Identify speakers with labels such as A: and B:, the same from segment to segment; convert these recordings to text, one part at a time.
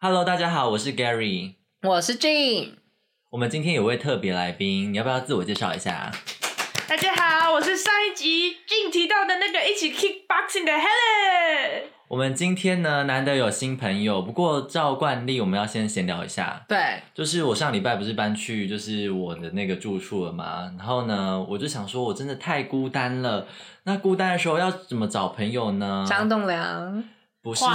A: Hello，大家好，我是 Gary。
B: 我是 Jean。
A: 我们今天有位特别来宾，你要不要自我介绍一下？
C: 大家好，我是上一集静提到的那个一起 kickboxing 的 Helen。
A: 我们今天呢，难得有新朋友，不过照惯例，我们要先闲聊一下。
B: 对，
A: 就是我上礼拜不是搬去就是我的那个住处了嘛，然后呢，我就想说，我真的太孤单了。那孤单的时候要怎么找朋友呢？
B: 张栋梁。
A: 不是，
C: 哇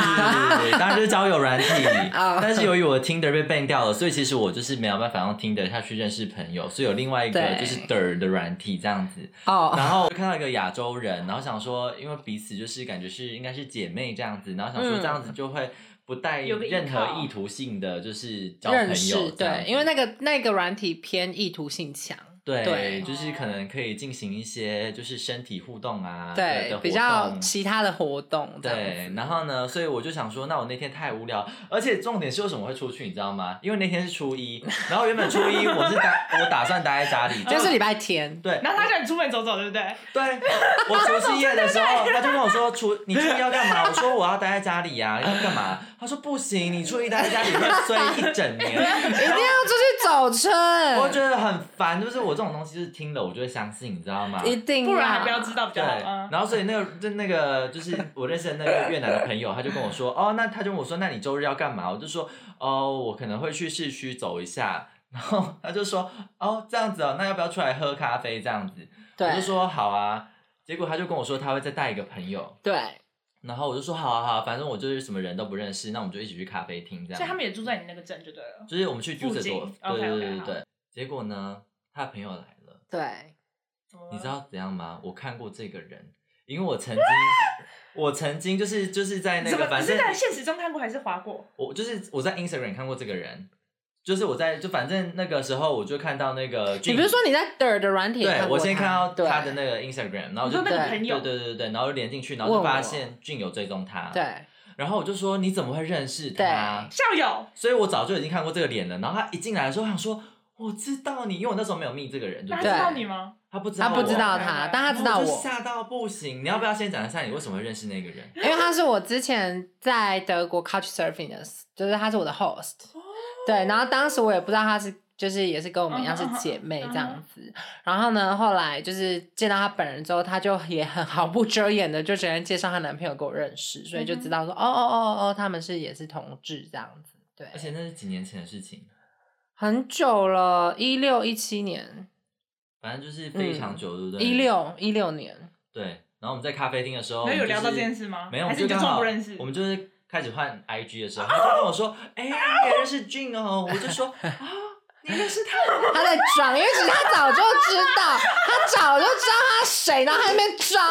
A: 当然就是交友软体
B: 哦。
A: 但是由于我的 Tinder 被 ban 掉了，所以其实我就是没有办法用 Tinder 下去认识朋友，所以有另外一个
B: 对
A: 就是 Der 的软体这样子。
B: 哦，
A: 然后就看到一个亚洲人，然后想说，因为彼此就是感觉是应该是姐妹这样子，然后想说
B: 嗯
A: 这样子就会不带
C: 有个依
A: 任何
C: 靠
A: 意图性的，就是交朋
B: 认
A: 友
B: 识
A: 这样
B: 对
A: 子，
B: 因为那个那个软体偏意图性强，
A: 对
B: 对哦
A: 就是可能可以进行一些就是身体互动啊，的
B: 对
A: 的，活
B: 比较
A: 动
B: 其他的活动这样
A: 对
B: 子，。
A: 然后呢，所以我就想说，那我那天太无聊，而且重点是为什么会出去，你知道吗？因为那天是初一，然后原本初一我是打我打算待在家里，
B: 就是礼拜天，
A: 对
C: 然后他叫你出门走走，对不对？
A: 对，我除夕夜的时候，他就跟我说初你初一要干嘛？我说我要待在家里呀、要干嘛？他说不行，你初一待在家里会衰一整年。
B: 一定要出去走春，
A: 我觉得很烦，就是我这种东西，就是听了我就会相信，你知嗯道吗？
B: 一定要，
C: 不然还不要知道比
A: 对
C: 较好啊，。
A: 然后所以那个就那个就是我认识的那个越南的朋友，他就跟我说，哦，那他就问我说，那你周日要干嘛？我就说，哦，我可能会去市区走一下。然后他就说，哦，这样子哦，那要不要出来喝咖啡这样子？我就
B: 对
A: 说好啊。结果他就跟我说他会再带一个朋友，
B: 对
A: 然后我就说好啊好啊，反正我就是什么人都不认识，那我们就一起去咖啡厅这
C: 所以他
A: 样。
C: 们也住在你那个镇就对了。
A: 就是我们去
C: 附
A: Düsseldorf，
C: 近
A: 对
C: OK，OK，
A: 对对
C: 好
A: 对对。结果呢，他的朋友来了。
B: 对，
A: 你知道怎样吗？我看过这个人，因为我曾 经，我曾经就是就是在那
C: 怎
A: 个，
C: 么？
A: 反
C: 你
A: 正
C: 是在现实中看过还是划过？
A: 我就是我在 Instagram 看过这个人，就是我在就反正那个时候我就看到那个，
B: 你不是说你在 d 的软体也
A: 对
B: 看过
A: 我先看到
B: 对
A: 他的那个 Instagram，然后
C: 你
A: 就
C: 说那个
B: 对
C: 朋
A: 对
C: 友，
A: 对对对，然后就连进去，然后就
B: 问我
A: 发现俊有追踪他，，
B: 对
A: 然后我就说你怎么会认识他？
C: 校友，
A: 所以我早就已经看过这个脸了，然后他一进来的时候，我想说我知道你，因为我那时候没有密这个人，对
C: 那
A: 不
C: 他
A: 对
C: 知
B: 对？
C: 道你吗？
A: 他不知道
B: 他
A: 我，
B: 不知道
C: 我
B: 他，但他
A: 然
B: 知道
A: 后我就
B: 我，
A: 吓到不行。你要不要先讲一下你为什么会认识那个人？
B: 因为他是我之前在德国 couch surfing 的，就是他是我的 host，对，
C: 哦
B: 然后当时我也不知道他是，就是也是跟我们一样
C: 嗯
B: 是
C: 哼嗯哼
B: 姐妹这
C: 嗯
B: 样
C: 哼
B: 子。然后呢，后来就是见到她本人之后，她就也很毫不遮掩的就直接介绍她男朋友给我认识，
C: 嗯
B: 所以就知道说，哦哦哦哦哦，他们是也是同志这样子。对，
A: 而且那是几年前的事情，
B: 很久了，一六一七年，
A: 反正就是非常久，对不对？
B: 嗯一六一六 年，
A: 对。然后我们在咖啡厅的时候，
C: 那有聊到
A: 哦我们就是
C: 这件事吗
A: 没有，
C: 还是
A: 我们
C: 你就
A: 刚好
C: 装不认识
A: 我们就是开始换 IG 的 时候，他就跟我说：“哎，你也认识俊哦。”我就说：“ 啊，你认识他？
B: 他在装，因为其实他早就知道，他早就知道他谁，然后他在那边装。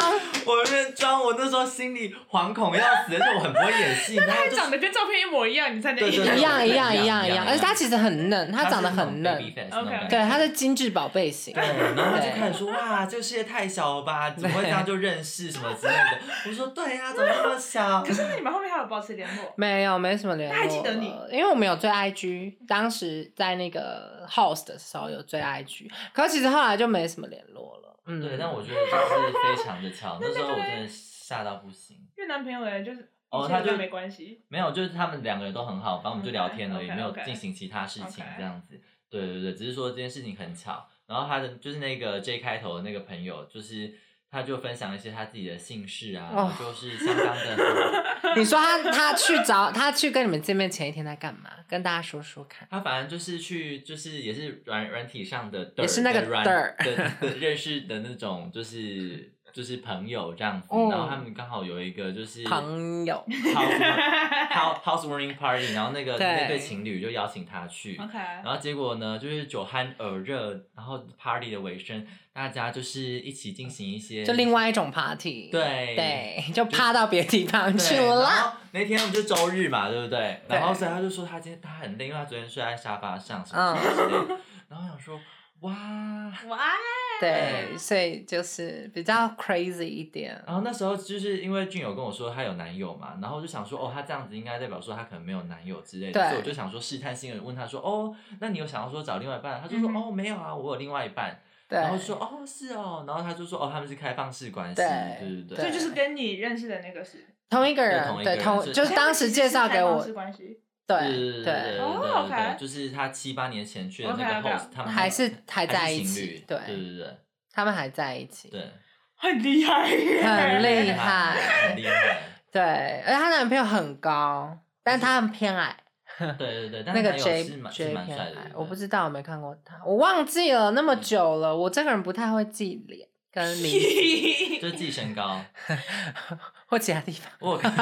A: 我在那边装，我那时候心里惶恐要死，而且我很不会演 戏。然后
C: 他
A: 就是
C: 长得跟照片一模一样，你才能
A: 对对对
B: 一样一样
A: 一样
B: 一样
A: 一
B: 一
A: 样
B: 样，而且他其实很嫩，他长得很
A: 他是
B: 嫩，
A: 那种 baby face 那种感觉
B: 对，他是精致宝贝型。
A: 对，然后他就
B: 对
A: 开始说哇，这个世界太小了吧，怎么会这样就认识什么之类的？我说对呀、怎么那么小
C: 可？是那你们后面还有保持联络？
B: 没有，没什么联络。
C: 他还记得你，
B: 因为我们有追 IG，当时在那个 house 的时候有追 IG，可是其实后来就没什么联络了。嗯，
A: 对，但我觉得就是非常的 巧，那时候我真的吓到不行。
C: 越南朋友的人就是
A: 哦
C: 一切
A: 他就
C: 都没关系，嗯
A: 没有，就是他们两个人都很好，反正我们就聊天而已，
C: OK，OK，OK
A: 没有进行其他事情
C: OK
A: 这样子。对对对，只是说这件事情很巧。然后他的就是那个 J 开头的那个朋友，就是他就分享一些他自己的姓氏啊，
B: 哦
A: 就是相当的。
B: 你说他他去找他去跟你们见面前一天在干嘛？跟大家说说看。
A: 他反正就是去，就是也是软软体上的 dirt，
B: 也是那个
A: 的软
B: dirt
A: 的 的认识的那种，就是就是朋友这样子。
B: 嗯
A: 然后他们刚好有一个就是
B: 朋友
A: house house housewarming party，然后那个
B: 对
A: 那对情侣就邀啊请他去。
C: OK，
A: 然后结果呢，就是酒酣耳热，然后 party 的尾声，大家就是一起进行一些
B: 就另外一种 party，
A: 对
B: 对，就趴到别地方
A: 对
B: 去
A: 然
B: 了。
A: 后那天我们就周日嘛，对不对？
B: 对
A: 然后所以他就说他今天他很累，因为他昨天睡在沙发上什么什么之类
B: 嗯
A: 的。然后我想说，哇，
C: 哇，
B: 对，所以就是比较 crazy 一点。
A: 然后那时候就是因为俊友跟我说她有男友嘛，然后我就想说哦，她这样子应该代表说她可能没有男友之类的，
B: 对
A: 所以我就想说试探性的问她说哦，那你有想要说找另外一半？她就说、
C: 嗯哼
A: 哦没有啊，我有另外一半。
B: 对，
A: 然后说哦是哦，然后她就说哦他们是开放式关系，
B: 对
A: 对对
B: 对
C: 所以就是跟你认识的那个是，
B: 同一个
A: 对
B: 人
A: 同，一个
B: 对，
A: 人
B: 同
A: 所以
B: 就是当时介绍给
C: 开放
B: 我
C: 式关系，
A: 对
B: 对
A: 对
B: 对，
A: 对
C: 哦
A: 对，
C: ，OK
A: 就是他七八年前去的那个
C: OK，OK
A: host，他们
B: 还是还
A: 还是
B: 在一
A: 情
B: 起
A: 侣，
B: 对
A: 对对对
B: 他们还在一起，
A: 对，
C: 很厉害耶，
B: 很厉害
A: 很厉害，
B: 对，而且她男朋友很高，但她很偏矮。
A: 对对对，但
B: 那个
A: 男友
B: J
A: 是蛮是
B: J
A: 蛮
B: 偏
A: 帅的
B: 矮，，我不知道，我没看过他，我忘记了那么
A: 嗯
B: 久了。我这个人不太会记脸跟 名字
A: 道就是自己身 高，
B: 或其他地方。
A: 我有 看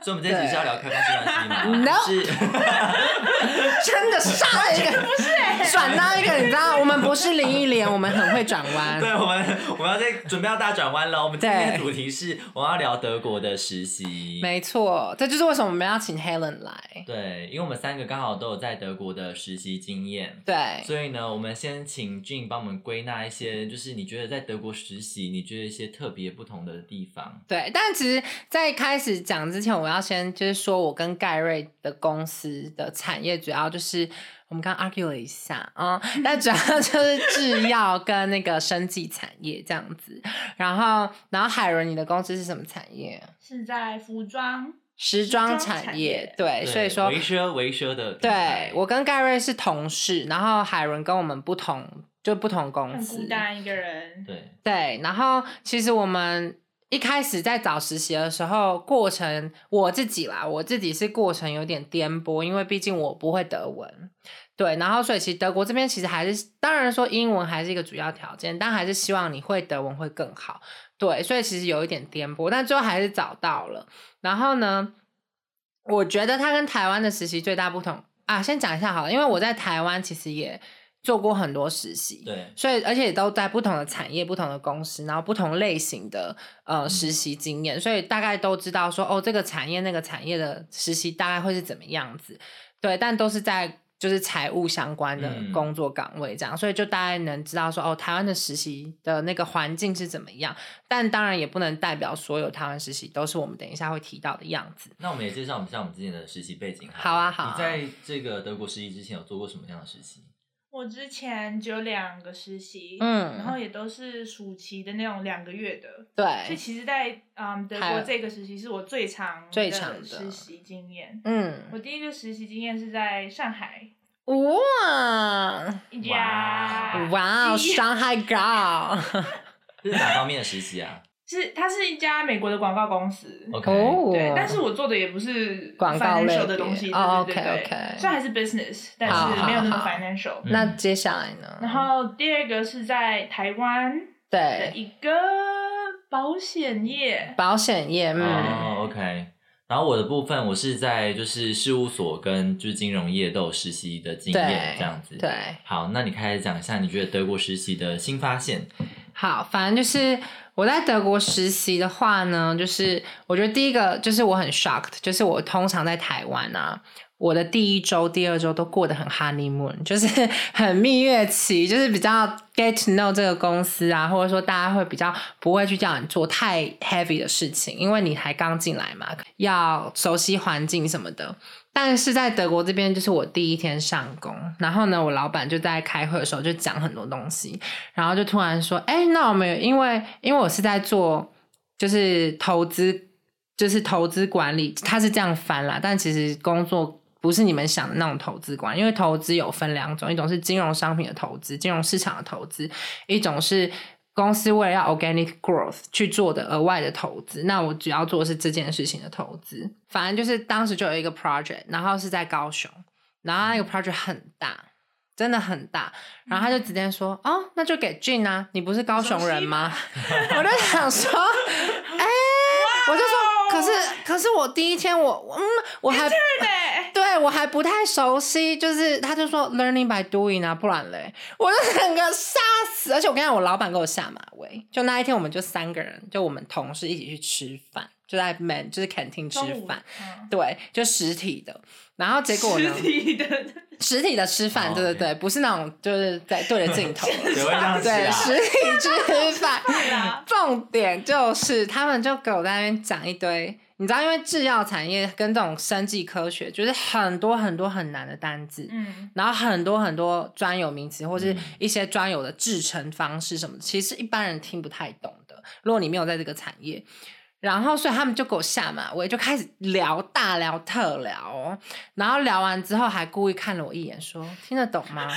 A: 所以我们这集是要聊开放式关系吗？
B: No
A: 是，
B: 真的杀了一个，不是欸转到一个，你知道，我们不是林忆莲，我们很会转 弯。
A: 对，我们 我们要在准备要大转弯了。我们今天的
B: 对
A: 主题是我们要聊德国的实习。
B: 没错，这就是为什么我们要请 Helen 来。
A: 对，因为我们三个刚好都有在德国的实习经验，
B: 对，
A: 所以呢，我们先请俊帮我们归纳一些，就是你觉得在德国实习，你觉得一些特别不同的地方。
B: 对，但其实，在开始讲之前，我要先就是说我跟盖瑞的公司的产业主要就是我们刚 argue 了一下啊、但 主要就是制药跟那个生技产业这样子。然后，然后海伦，你的公司是什么产业？
C: 是在服装，
B: 时装
C: 装
B: 产
C: 产
B: 业
C: 业。
B: 对，所以说
A: 维奢维奢的品牌，
B: 对我跟盖瑞是同事，然后海伦跟我们不同，就不同公
C: 很
B: 司。
C: 孤单一个人，
A: 对
B: 对，然后其实我们一开始在找实习的时候，过程我自己啦，我自己是过程有点颠簸，因为毕竟我不会德文。对，然后所以其实德国这边其实还是，当然说英文还是一个主要条件，但还是希望你会德文会更好。对，所以其实有一点颠簸，但最后还是找到了。然后呢，我觉得它跟台湾的实习最大不同啊，先讲一下好了，因为我在台湾其实也做过很多实习，
A: 对
B: 所以而且也都在不同的产业、不同的公司，然后不同类型的呃实习经验，所以大概都知道说哦，这个产业那个产业的实习大概会是怎么样子。对，但都是在就是财务相关的
A: 嗯
B: 工作岗位这样，所以就大概能知道说哦，台湾的实习的那个环境是怎么样。但当然也不能代表所有台湾实习都是我们等一下会提到的样子。
A: 那我们也介绍我们像我们之前的实习背景了。
B: 好啊好啊
A: 你在这个德国实习之前有做过什么样的实习？
C: 我之前只有两个实习，然
B: 嗯，
C: 后也都是暑期的那种两个月的，所以
B: 对，
C: 其实在，嗯德
B: 还
C: 国
B: 有
C: 这个实习是我最长
B: 最长的
C: 实习经验。
B: 嗯，
C: 我第一个实习经验是在上海
B: 哇
C: 一
A: 哇
C: 家，
B: 哇，
C: 啊
B: 哦
C: 一
B: 上海 girl，
A: 这是哪方面的实习啊
C: 是它是一家美国的广告公司。
A: ？OK，
B: 哦，
C: 对，但是我做的也不是
B: 广告类
C: financial
B: 别
C: 的东西，
B: 哦
C: 对对对对
B: OK，OK
C: 虽然还是 business，但
B: 好好
C: 是没有那么
B: 好嗯
C: financial。
B: 那接下来呢？
C: 然后第二个是在台湾的
B: 对
C: 一个保险业，
B: 保险业，嗯，
A: 哦，OK。然后我的部分，我是在就是事务所跟就是金融业都有实习的经验
B: 对，，
A: 这样子。。
B: 对。
A: 好，那你开始讲一下，你觉得德国实习的新发 现？
B: 好，反正就是我在德国实习的话呢，就是我觉得第一个就是我很 shocked，就是我通常在台湾啊。我的第一周、第二周都过得很 honeymoon，就是 很蜜月期，就是比较 get to know 这个公司啊，或者说大家会比较不会去叫你做太 heavy 的事情，因为你还刚进来嘛，要熟悉环境什么的。但是在德国这边，就是我第一天上工，然后呢，我老板就在开会的时候就讲很多东西，然后就突然说：“哎、那我们有因为因为我是在做就是投资，就是投资管理，它是这样翻啦，但其实工作不是你们想的那种投资管理，因为投资有分两种，一种是金融商品的投资，金融市场的投资，一种是。”公司为了要 organic growth 去做的额外的投资，那我主要做的是这件事情的投资。反正就是当时就有一个 project，然后是在高雄，然后那个 project 很大，真的很大。然后他就直接说：“哦，那就给俊啊，你不是高雄人吗？” 我就想说，哎、我就说，可是可是我第一天我我嗯我还
C: 对，
B: 对我还不太熟悉，就是他就说 learning by doing 啊，不然嘞，我就整个吓死。而且我跟你讲，我老板给我下马威，就那一天我们就三个人，就我们同事一起去吃饭，就在 man 就是 canteen 吃
C: 中午
B: 饭，
C: 嗯
B: 对，就实体的。然后结果呢
C: 实？体的，
B: 实体的吃饭，
A: 哦
B: 对对
A: ，OK
B: 对，不是那种就是在对着镜头，
A: 谁会这样子
B: 对，
A: 啊？
B: 实体吃饭。
C: 对啦，
B: 重点就是他们就给我在那边讲一堆，你知道，因为制药产业跟这种生技科学，就是很多很多很难的单字，
C: 嗯，
B: 然后很多很多专有名词或是
A: 嗯
B: 一些专有的制成方式什么的，其实一般人听不太懂的。如果你没有在这个产业，然后所以他们就给我下马威，就开始聊大聊特聊哦，然后聊完之后还故意看了我一眼说听得懂吗？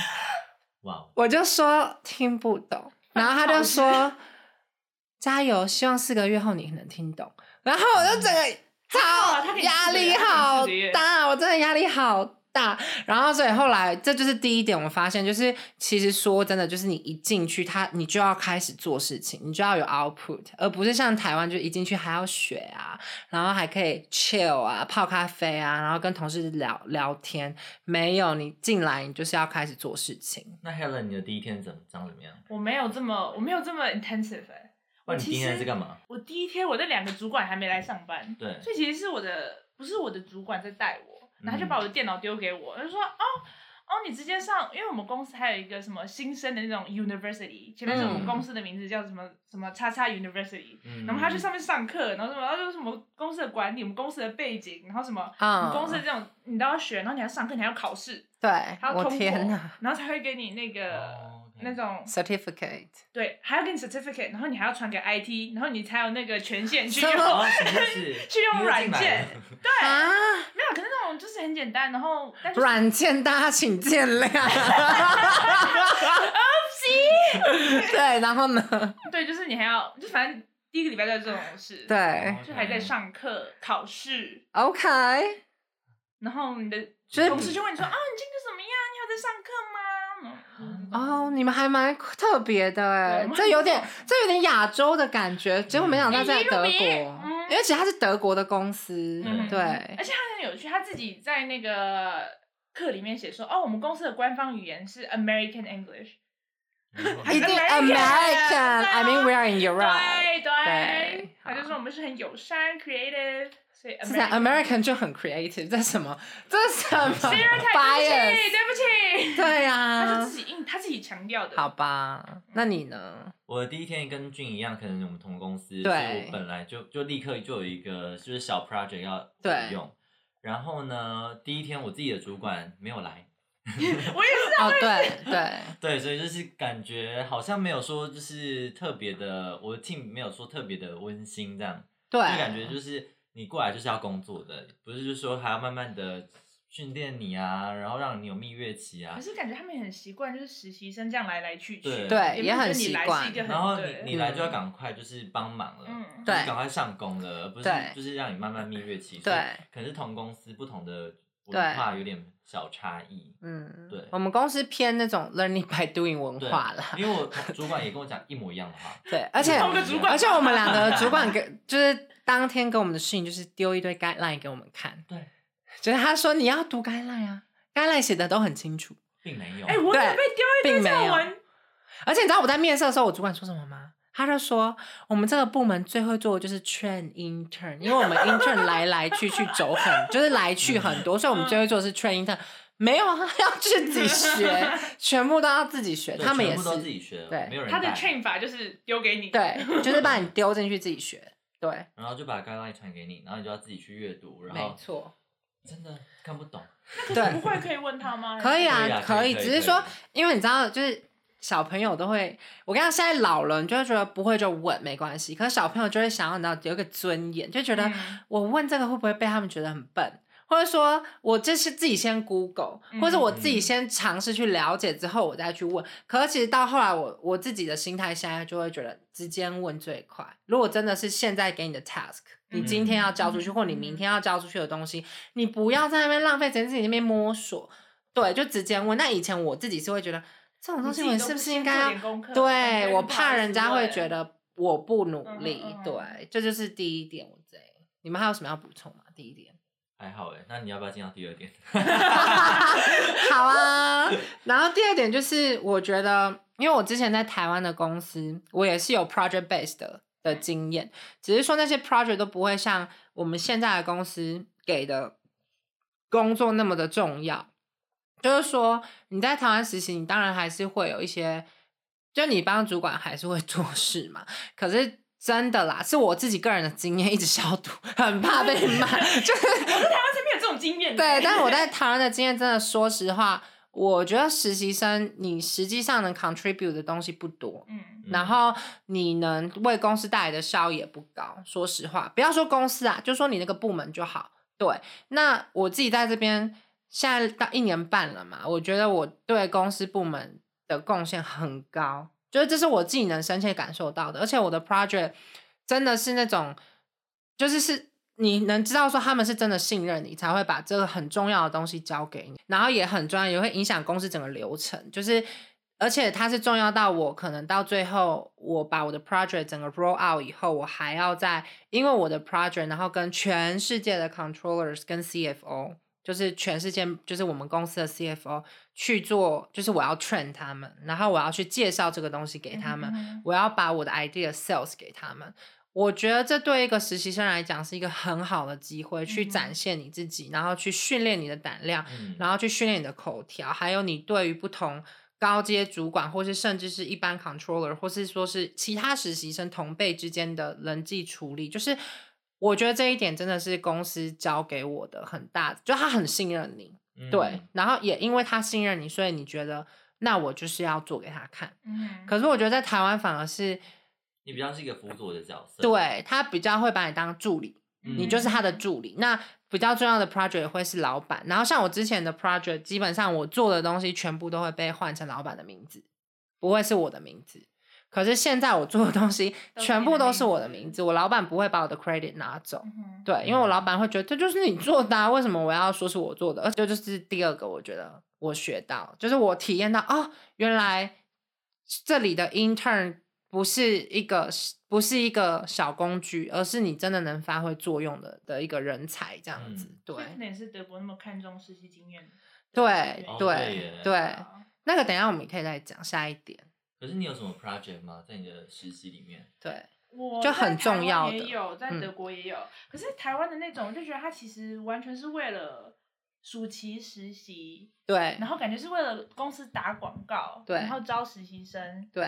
A: 哇哦，
B: 我就说听不懂，然后他就说加油，希望四个月后你能听懂。然后我就整个
C: 好
B: 超
C: 他可以
B: 压
C: 四个
B: 力
C: 月他可以
B: 好
C: 四个月
B: 大，我真的压力好大。然后所以后来这就是第一点，我发现就是其实说真的，就是你一进去，他你就要开始做事情，你就要有 output，而不是像台湾就一进去还要学啊，然后还可以 chill 啊，泡咖啡啊，然后跟同事聊聊天。没有，你进来你就是要开始做事情。
A: 那 Helen 你的第一天怎么长怎么样？
C: 我没有这么，我没有这么 intensive 哎、
A: 哇，
C: 我
A: 你
C: 其
A: 第一天
C: 实
A: 是干嘛？
C: 我第一天我的两个主管还没来上班，
A: 对，
C: 所以其实是我的不是我的主管在带我，然
A: 嗯
C: 后他就把我的电脑丢给我，他就说哦哦，你直接上，因为我们公司还有一个什么新生的那种 university，前面是我们
A: 嗯
C: 公司的名字叫什么什么叉叉 university，
A: 嗯
C: 然后他去上面上课，然后什么，然后就是什么公司的管理，我们公司的背景，然后什么。我
B: 啊、
C: 们公司的这种你都要学，然后你还要上课，你还要考试，
B: 对，
C: 还要
B: 我
C: 通过，
B: 天哪
C: 然后才会给你那个、
A: 哦，OK
C: 那种
B: ，certificate，
C: 对，还要给你 certificate，然后你还要传给 IT，然后你才有那个权限去
B: 什
C: 用。
B: 么
A: 哦，什么意思？
C: 去用
A: 你又
C: 软
A: 进来
C: 件
A: 了
B: 啊，
C: 没有，可是那种就是很简单，然后但就是
B: 软件大家请见谅。 对，然后呢？
C: 对，就是你还要，就反正第一个礼拜都是这种事，，
B: 对
C: 就还在上课、考试，
B: ，OK，
C: 然后你的
B: 就是
C: 同事 就问你说啊，你今天怎么样？你还有在上课吗嗯？
B: 哦，你们还蛮特别的哎
C: 对我，们
B: 这
C: 很
B: 有点
C: 不错
B: 这有点亚洲的感觉，结果没想到在德国，
C: 哎一路比
B: 因
C: 嗯
B: 为其实它是德国的公司，
A: 嗯
B: 对
C: 而，且他很有趣，他自己在那个课里面写说，哦，我们公司的官方语言是 American English，
A: 嗯
B: 一定 American，I mean we are in Europe，
C: 对
B: 对
C: 对，他就说我们是很友善、creative，所以
B: 是在 American 就很 creative，这是什么？这是什么
C: stereotype，
B: ？bias，
C: 对不起，对不 起，
B: 对呀、
C: 他是自己硬，他自己强调的。
B: 好，吧，那你呢？
A: 我第一天跟俊一样，可能我们同公司，
B: 对
A: 所以我本来就就立刻就有一个就是小 project 要
B: 对
A: 用。然后呢，第一天我自己的主管没有来，
C: 我也是
B: 哦，对对，
A: 对，所以就是感觉好像没有说就是特别的，我的 team 没有说特别的温馨这样，
B: 对，
A: 就感觉就是你过来就是要工作的，不是就是说还要慢慢的训练你啊，然后让你有蜜月期啊
C: 可，是感觉他们也很习惯，就是实习生这样来来去去，
A: 对
B: 对
C: 也
B: 也很习惯
A: 然后你你
B: 嗯
A: 来就要赶快就是帮忙了，
C: 嗯
B: 对
A: 就是赶快上工了，而不是
B: 对
A: 就是让你慢慢蜜月期。
B: 对，
A: 可能是同公司不同的
B: 对
A: 文化有点小差异。
B: 嗯，
A: 对
B: 我们公司偏那种 learning by doing 文
A: 对
B: 化啦，，
A: 因为我同主管也跟我讲一模一样的话，
B: 对，而且
C: 同个主管
B: 而且我们两个主管给就是当天给我们的事情就是丢一堆 guideline 给我们看，
A: 对，
B: 就是他说你要读 guideline 啊，guideline 写的都很清楚，
A: 并没有。
C: 哎，我
B: 对
C: 也被丢 一
B: 并
C: 堆
B: 没
C: 作
B: 有
C: 文，
B: 而且你知道我在面试的时候，我主管说什么吗？他就说，我们这个部门最会做的就是 train intern，因为 我们 intern 来来去去走很，就是来去很多，所以我们最会做的是 train intern。没有，啊，要自己学，全部都要自己学。
A: 对
B: 他们也
A: 全部都自
B: 是，
A: 己学，
B: 对
A: 没有人
C: 他的
A: 带
C: train 法就是丢给你，，
B: 对，就是把你丢进去自己学。对，
A: 然后就把 guideline 传给你，然后你就要自己去阅读，然
B: 没
A: 后
B: 错，
A: 真的看不懂。
B: 对
C: 不，会可以问他吗？
B: 可以
A: 可以
B: 啊
A: 啊，
B: 可以。
A: 可以
B: 只是
A: 可以
B: 说，因为你知道，就是小朋友都会，我跟你讲，现在老了，你就会觉得不会就问没关系，可是小朋友就会想要你知道有一个尊严，就觉得。
C: 嗯
B: 我问这个会不会被他们觉得很笨？或者说我这是自己先 Google，
C: 嗯
B: 或者我自己先尝试去了解之后，我再去问。可是其实到后来我，我自己的心态现在就会觉得直接问最快。如果真的是现在给你的 task，你
C: 嗯
B: 今天要交出去，或你明天要交出去的东西，你不要在那边浪费时间自己那边摸索。对，就直接问。那以前我自己是会觉得这种东西，我是不是应该要对我怕人家会觉，得我不努力，
C: 嗯嗯嗯
B: 对，这就是第一点。我这你们还有什么要补充吗？第一点，
A: 还好哎，那你要不要进到第二点？
B: 好啊。然后第二点就是，我觉得，因为我之前在台湾的公司，我也是有 project based 的的经验，只是说那些 project 都不会像我们现在的公司给的工作那么的重要。就是说，你在台湾实习，你当然还是会有一些，就你帮主管还是会做事嘛。可是真的啦，是我自己个人的经验，一直消毒，很怕被骂， 就是
C: 他是没有这种经验的，
B: 对，但是我在台湾的经验真的，说实话，我觉得实习生你实际上能 contribute 的东西不多。
C: 嗯
B: 然后你能为公司带来的效益也不高。说实话，不要说公司啊，就说你那个部门就好。对，那我自己在这边现在到一年半了嘛，我觉得我对公司部门的贡献很高，就是这是我自己能深切感受到的。而且我的 project 真的是那种，就是是你能知道说他们是真的信任你，才会把这个很重要的东西交给你，然后也很重要，也会影响公司整个流程，就是。而且它是重要到我可能到最后，我把我的 project 整个 roll out 以后，我还要再因为我的 project，然后跟全世界的 controllers 跟 CFO，就是全世界就是我们公司的 CFO 去做，就是我要 train 他们，然后我要去介绍这个东西给他们，
C: 嗯
B: 我要把我的 idea sales 给他们。我觉得这对一个实习生来讲是一个很好的机会，去
C: 嗯
B: 展现你自己，然后去训练你的胆量，
A: 嗯
B: 然后去训练你的口条，还有你对于不同高阶主管，或是甚至是一般 controller，或是说是其他实习生同辈之间的人际处理，就是我觉得这一点真的是公司教给我的很大，就他很信任你，对，
A: 嗯
B: 然后也因为他信任你，所以你觉得那我就是要做给他看。
C: 嗯，
B: 可是我觉得在台湾反而是
A: 你比较是一个辅佐的角色，，
B: 对他比较会把你当助理，你就是他的
C: 嗯
B: 助理。那比较重要的 project 也会是老板，然后像我之前的 project，基本上我做的东西全部都会被换成老板的名字，不会是我的名字。可是现在我做的东西
C: 都是
B: 全
C: 你
B: 部
C: 的
B: 都
C: 名
B: 是我的
C: 字
B: 名字，我老板不会把我的 credit 拿走。
C: 嗯哼
B: 对，因为我老板会觉得这就是你做的、啊，为什么我要说是我做的？而且这就是第二个，我觉得我学到，就是我体验到哦，原来这里的 intern 不是一个不是一个小工具，而是你真的能发挥作用的的一个人才，这样子。
A: 嗯
B: 对
C: 所以可能也是德国那么看重实习经验的
B: 对
A: 哦对
B: 对
A: 耶
B: 对，
C: 啊
B: 那个等一下我们也可以再讲下一点。
A: 可是你有什么 project 吗？在你的实习里面，
B: 对，
C: 我
B: 就
C: 在
B: 很
C: 台
B: 重
C: 湾
B: 要
C: 也
B: 的
C: 有在
B: 嗯
C: 德国也有，可是台湾的那种，我就觉得他其实完全是为了暑期实习，
B: 对
C: 然后感觉是为了公司打广告，
B: 对
C: 然后招实习生，
B: 对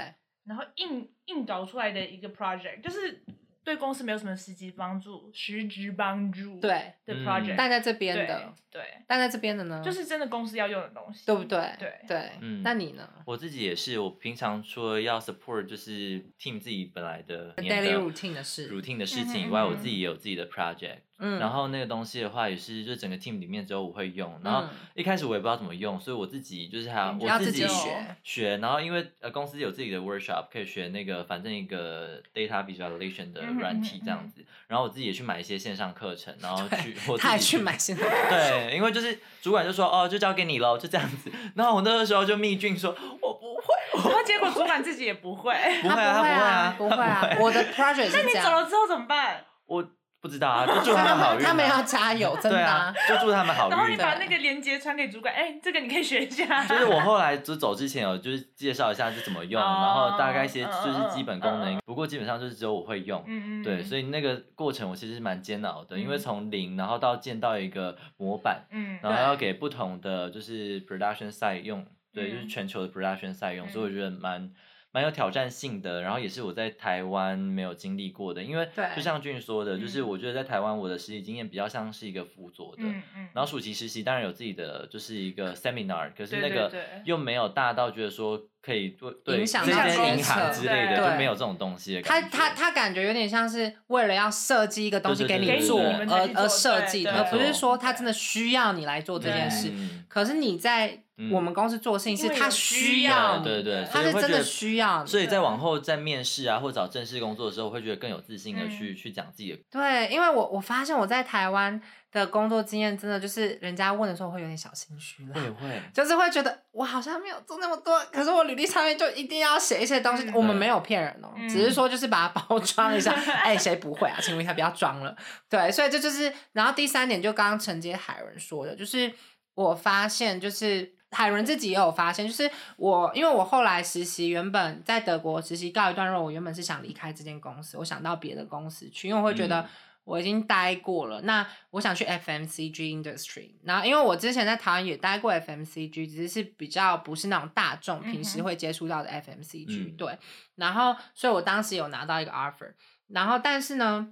C: 然后硬硬搞出来的一个 project，就是对公司没有什么实际帮助、实质帮助
B: 对，
C: 的
A: 嗯
C: project，、
B: 但在这边
C: 对
B: 的，
C: 对，
B: 但在这边的呢，
C: 就是真的公司要用的东西，
B: 对不对？
C: 对
B: 对，
A: 嗯
B: 那你呢
A: 我自己也是，我平常除了要 support 就是 team 自己本来的
B: ？Daily routine 的事，
A: 嗯啊 routine 的事情以外，
C: 嗯嗯嗯
A: 我自己也有自己的 project，
B: 嗯，
A: 然后那个东西的话也是就整个 team 里面只有我会用，然后
B: 嗯
A: 一开始我也不知道怎么用，所以我自己就是还
C: 你就
A: 啊我
B: 要自己
A: 己
B: 学
A: 学，然后因为呃公司有自己的 workshop 可以学那个反正一个 data visualization 的
C: 嗯哼
A: 软体
C: 嗯哼
A: 这样子，然后我自己也去买一些线上课程，然后去我自
B: 他还
A: 己
B: 去买新的。
A: 对，因为就是主管就说哦，就交给你喽，就这样子。 然后我那个时候就密俊说，我不会，
C: 然后结果主管自己也不 会，
A: 不会 啊，他
B: 不
A: 不
B: 会
A: 会
B: 啊，
A: 啊，
B: 不会啊我的 project
C: 那
B: 是
C: 你
B: 这
C: 走
B: 样，
C: 了之后怎么办？
A: 我 不知道 啊，就祝
B: 他
A: 们好
B: 们
A: 运、
B: 他
A: 啊。
B: 们要加油，真
A: 对
B: 的
A: 啊
B: 啊。，
A: 就祝他们好
C: 然后你
A: 运。
C: 把
B: 对
C: 那个链接传给主管，哎，这个你可以学一 下，
A: 就是我后来就走之前有就是介绍一下是怎么用，
C: 哦
A: 然后大概一些就是基本功
C: 嗯嗯
A: 能，不过基本上就是只有我会用。
C: 嗯嗯，
A: 对，所
C: 以
A: 以那个过程我其实是蛮煎熬的，因为
C: 嗯
A: 从零然后到建到一个模板，
C: 嗯，
A: 然后
B: 对
A: 要给不同的就是 production site 用，对，就是
C: 嗯
A: 全球的 production site 用，所以我
C: 嗯
A: 觉得蛮蛮有挑战性的，然后也是我在台湾没有经历过的，因为
B: 对
A: 就像俊说的，就是
C: 嗯
A: 我觉得在台湾我的实习经验比较像是一个辅佐的，
C: 嗯嗯，
A: 然后暑期实习当然有自己的就是一个 seminar，可是
C: 对
A: 那
C: 对
A: 个
C: 对
A: 又没有大到觉得说可以对对
B: 影响
A: 这
C: 到
A: 间
C: 公
A: 银行
C: 司
A: 之类的，
B: 对
A: 就没有这种东西的
B: 他
A: 感觉。
B: 他他感觉有点像是为了要设计一个东西
A: 对对
B: 你
A: 对
B: 做
A: 给你
B: 而
A: 们
C: 才去做
B: 而设计的，
A: 对
B: 而
A: 对
B: 不是说他
C: 对
B: 真的需要你来做这件事。
A: 嗯
B: 可是你在
A: 嗯
B: 我们公司做的事情
C: 因
B: 是
C: 为
B: 他
C: 有
B: 需
C: 需
B: 要
C: 要
B: 你，
A: 对对对，
B: 他
A: 所以
B: 是
A: 会
B: 真
A: 觉
B: 的
A: 得
B: 需要你。
A: 所以在往后在面试啊，或找正式工作的时候，会觉得更有自信的去、
B: 嗯
A: 去讲自己的。
B: 对，因为我我发现我在台湾的工作经验，真的就是人家问的时候会有点小心虚了。
A: 我也会，
B: 就是会觉得我好像没有做那么多，可是我履历上面就一定要写一些东西。
C: 嗯
B: 我们没有骗人哦，
C: 嗯
B: 只是说就是把它包装一 下。哎、谁不会啊？请问一下，不要装了。对，所以这就是，然后第三点就刚刚承接海伦说的，就是我发现就是。海伦自己也有发现，就是我，因为我后来实习，原本在德国实习告一段落，我原本是想离开这间公司，我想到别的公司去，因为我会觉得
A: 嗯
B: 我已经待过了，那我想去 FMCG industry。然后因为我之前在台湾也待过 FMCG，只是是比较不是那种大众
C: 哼
B: 平时会接触到的 FMCG、
A: 嗯
B: 对，然后所以我当时有拿到一个 offer，然后但是呢，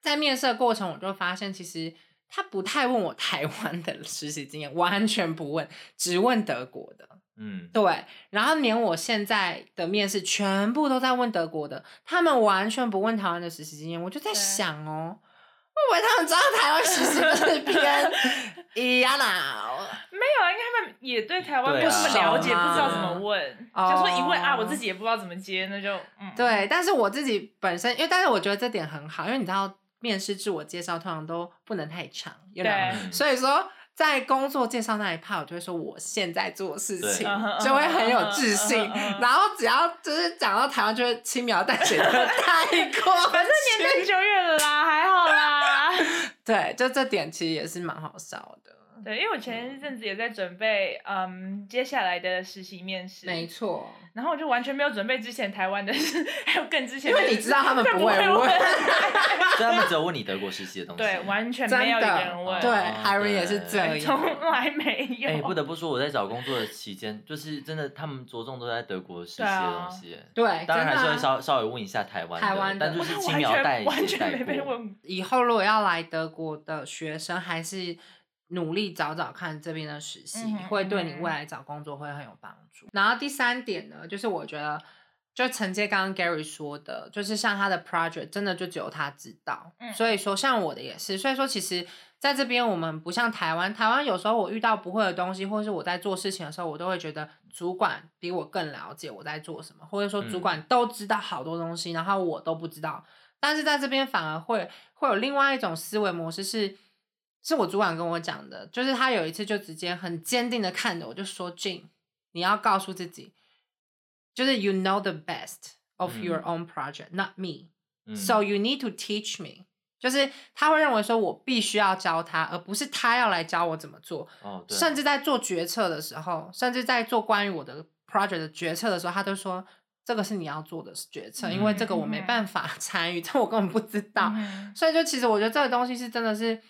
B: 在面试的过程我就发现其实。他不太问我台湾的实习经验，完全不问，只问德国的。
A: 嗯，
B: 对，然后连我现在的面试全部都在问德国的，他们完全不问台湾的实习经验，我就在
C: 对
B: 想哦，会不会他们知道台湾实习就是偏一样啦？
C: 没有啊，因为他们也对台湾
A: 对
C: 没
A: 啊
C: 有那么了解，
B: 不熟嘛
C: 不知道怎么问。
B: 哦
C: 想说一问啊，我自己也不知道怎么接，那就嗯，
B: 对，但是我自己本身，因为但是我觉得这点很好，因为你知道面试自我介绍通常都不能太长，有两
C: 对
A: 嗯
B: 所以说，在工作介绍那一趴，我就会说我现在做事情
A: 对
C: 嗯哼，
B: 就会很有自信
C: 嗯哼嗯哼嗯。哼
B: 然后只要就是讲到台湾，就会轻描淡写的带过。
C: 反正年代久远了啦，还好啦。
B: 对，就这点其实也是蛮好笑的。
C: 对，因为我前一阵子也在准备，嗯，接下来的实习面试，
B: 没错，
C: 然后我就完全没有准备之前台湾的，还有更之前
B: 因
C: 的，
B: 为你知道他们
C: 更
B: 不
C: 不
B: 会
C: 问，
B: 问。
A: 所以他们只有问你德国实习的东西。
C: 对，完全没
B: 真
C: 有一个
B: 的
C: 人问，
B: 对
A: 哦
B: ，Harry
A: 对
B: 也是这
C: 哎从
B: 样。
C: 来没有。
A: 哎、不得不说，我在找工作的期间，就是真的，他们着重都在德国实习
C: 对
A: 的
C: 啊
A: 东西耶。
B: 对，
A: 当然还
B: 真
A: 是
B: 的
A: 会
B: 啊
A: 稍稍微问一下台湾的，
B: 台湾的
A: 但就
C: 我
A: 是
C: 是
A: 轻
C: 完
A: 描淡
C: 全
A: 写
C: 完全
A: 带
C: 没被
A: 过
C: 问
B: 以后如果要来德国的学生，还是努力找找看这边的实习，
C: 嗯哼
B: 会对你
C: 嗯哼
B: 未来找工作会很有帮助。然后第三点呢，就是我觉得。就承接刚刚 Gary 说的，就是像他的 project，真的就只有他知道。
C: 嗯
B: 所以说，像我的也是，所以说其实在这边我们不像台湾，台湾有时候我遇到不会的东西，或者是我在做事情的时候，我都会觉得主管比我更了解我在做什么，或者说主
A: 嗯
B: 管都知道好多东西，然后我都不知道。但是在这边反而会会有另外一种思维模式是。是我主管跟我讲的，就是他有一次就直接很坚定的看着我，就说 j i n 你要告诉自己，就是 you know the best of your
A: 嗯
B: own project, not me,、
A: 嗯
B: so you need to teach me。就是他会认为说我必须要教他，而不是他要来教我怎么做。
A: 哦，对，
B: 甚至在做决策的时候，甚至在做关于我的 project 的决策的时候，他都说这个是你要做的决策，因为这个我没
C: 嗯
B: 办法参与，这我根本不知道。
C: 嗯
B: 所以就其实我觉得这个东西是真的是，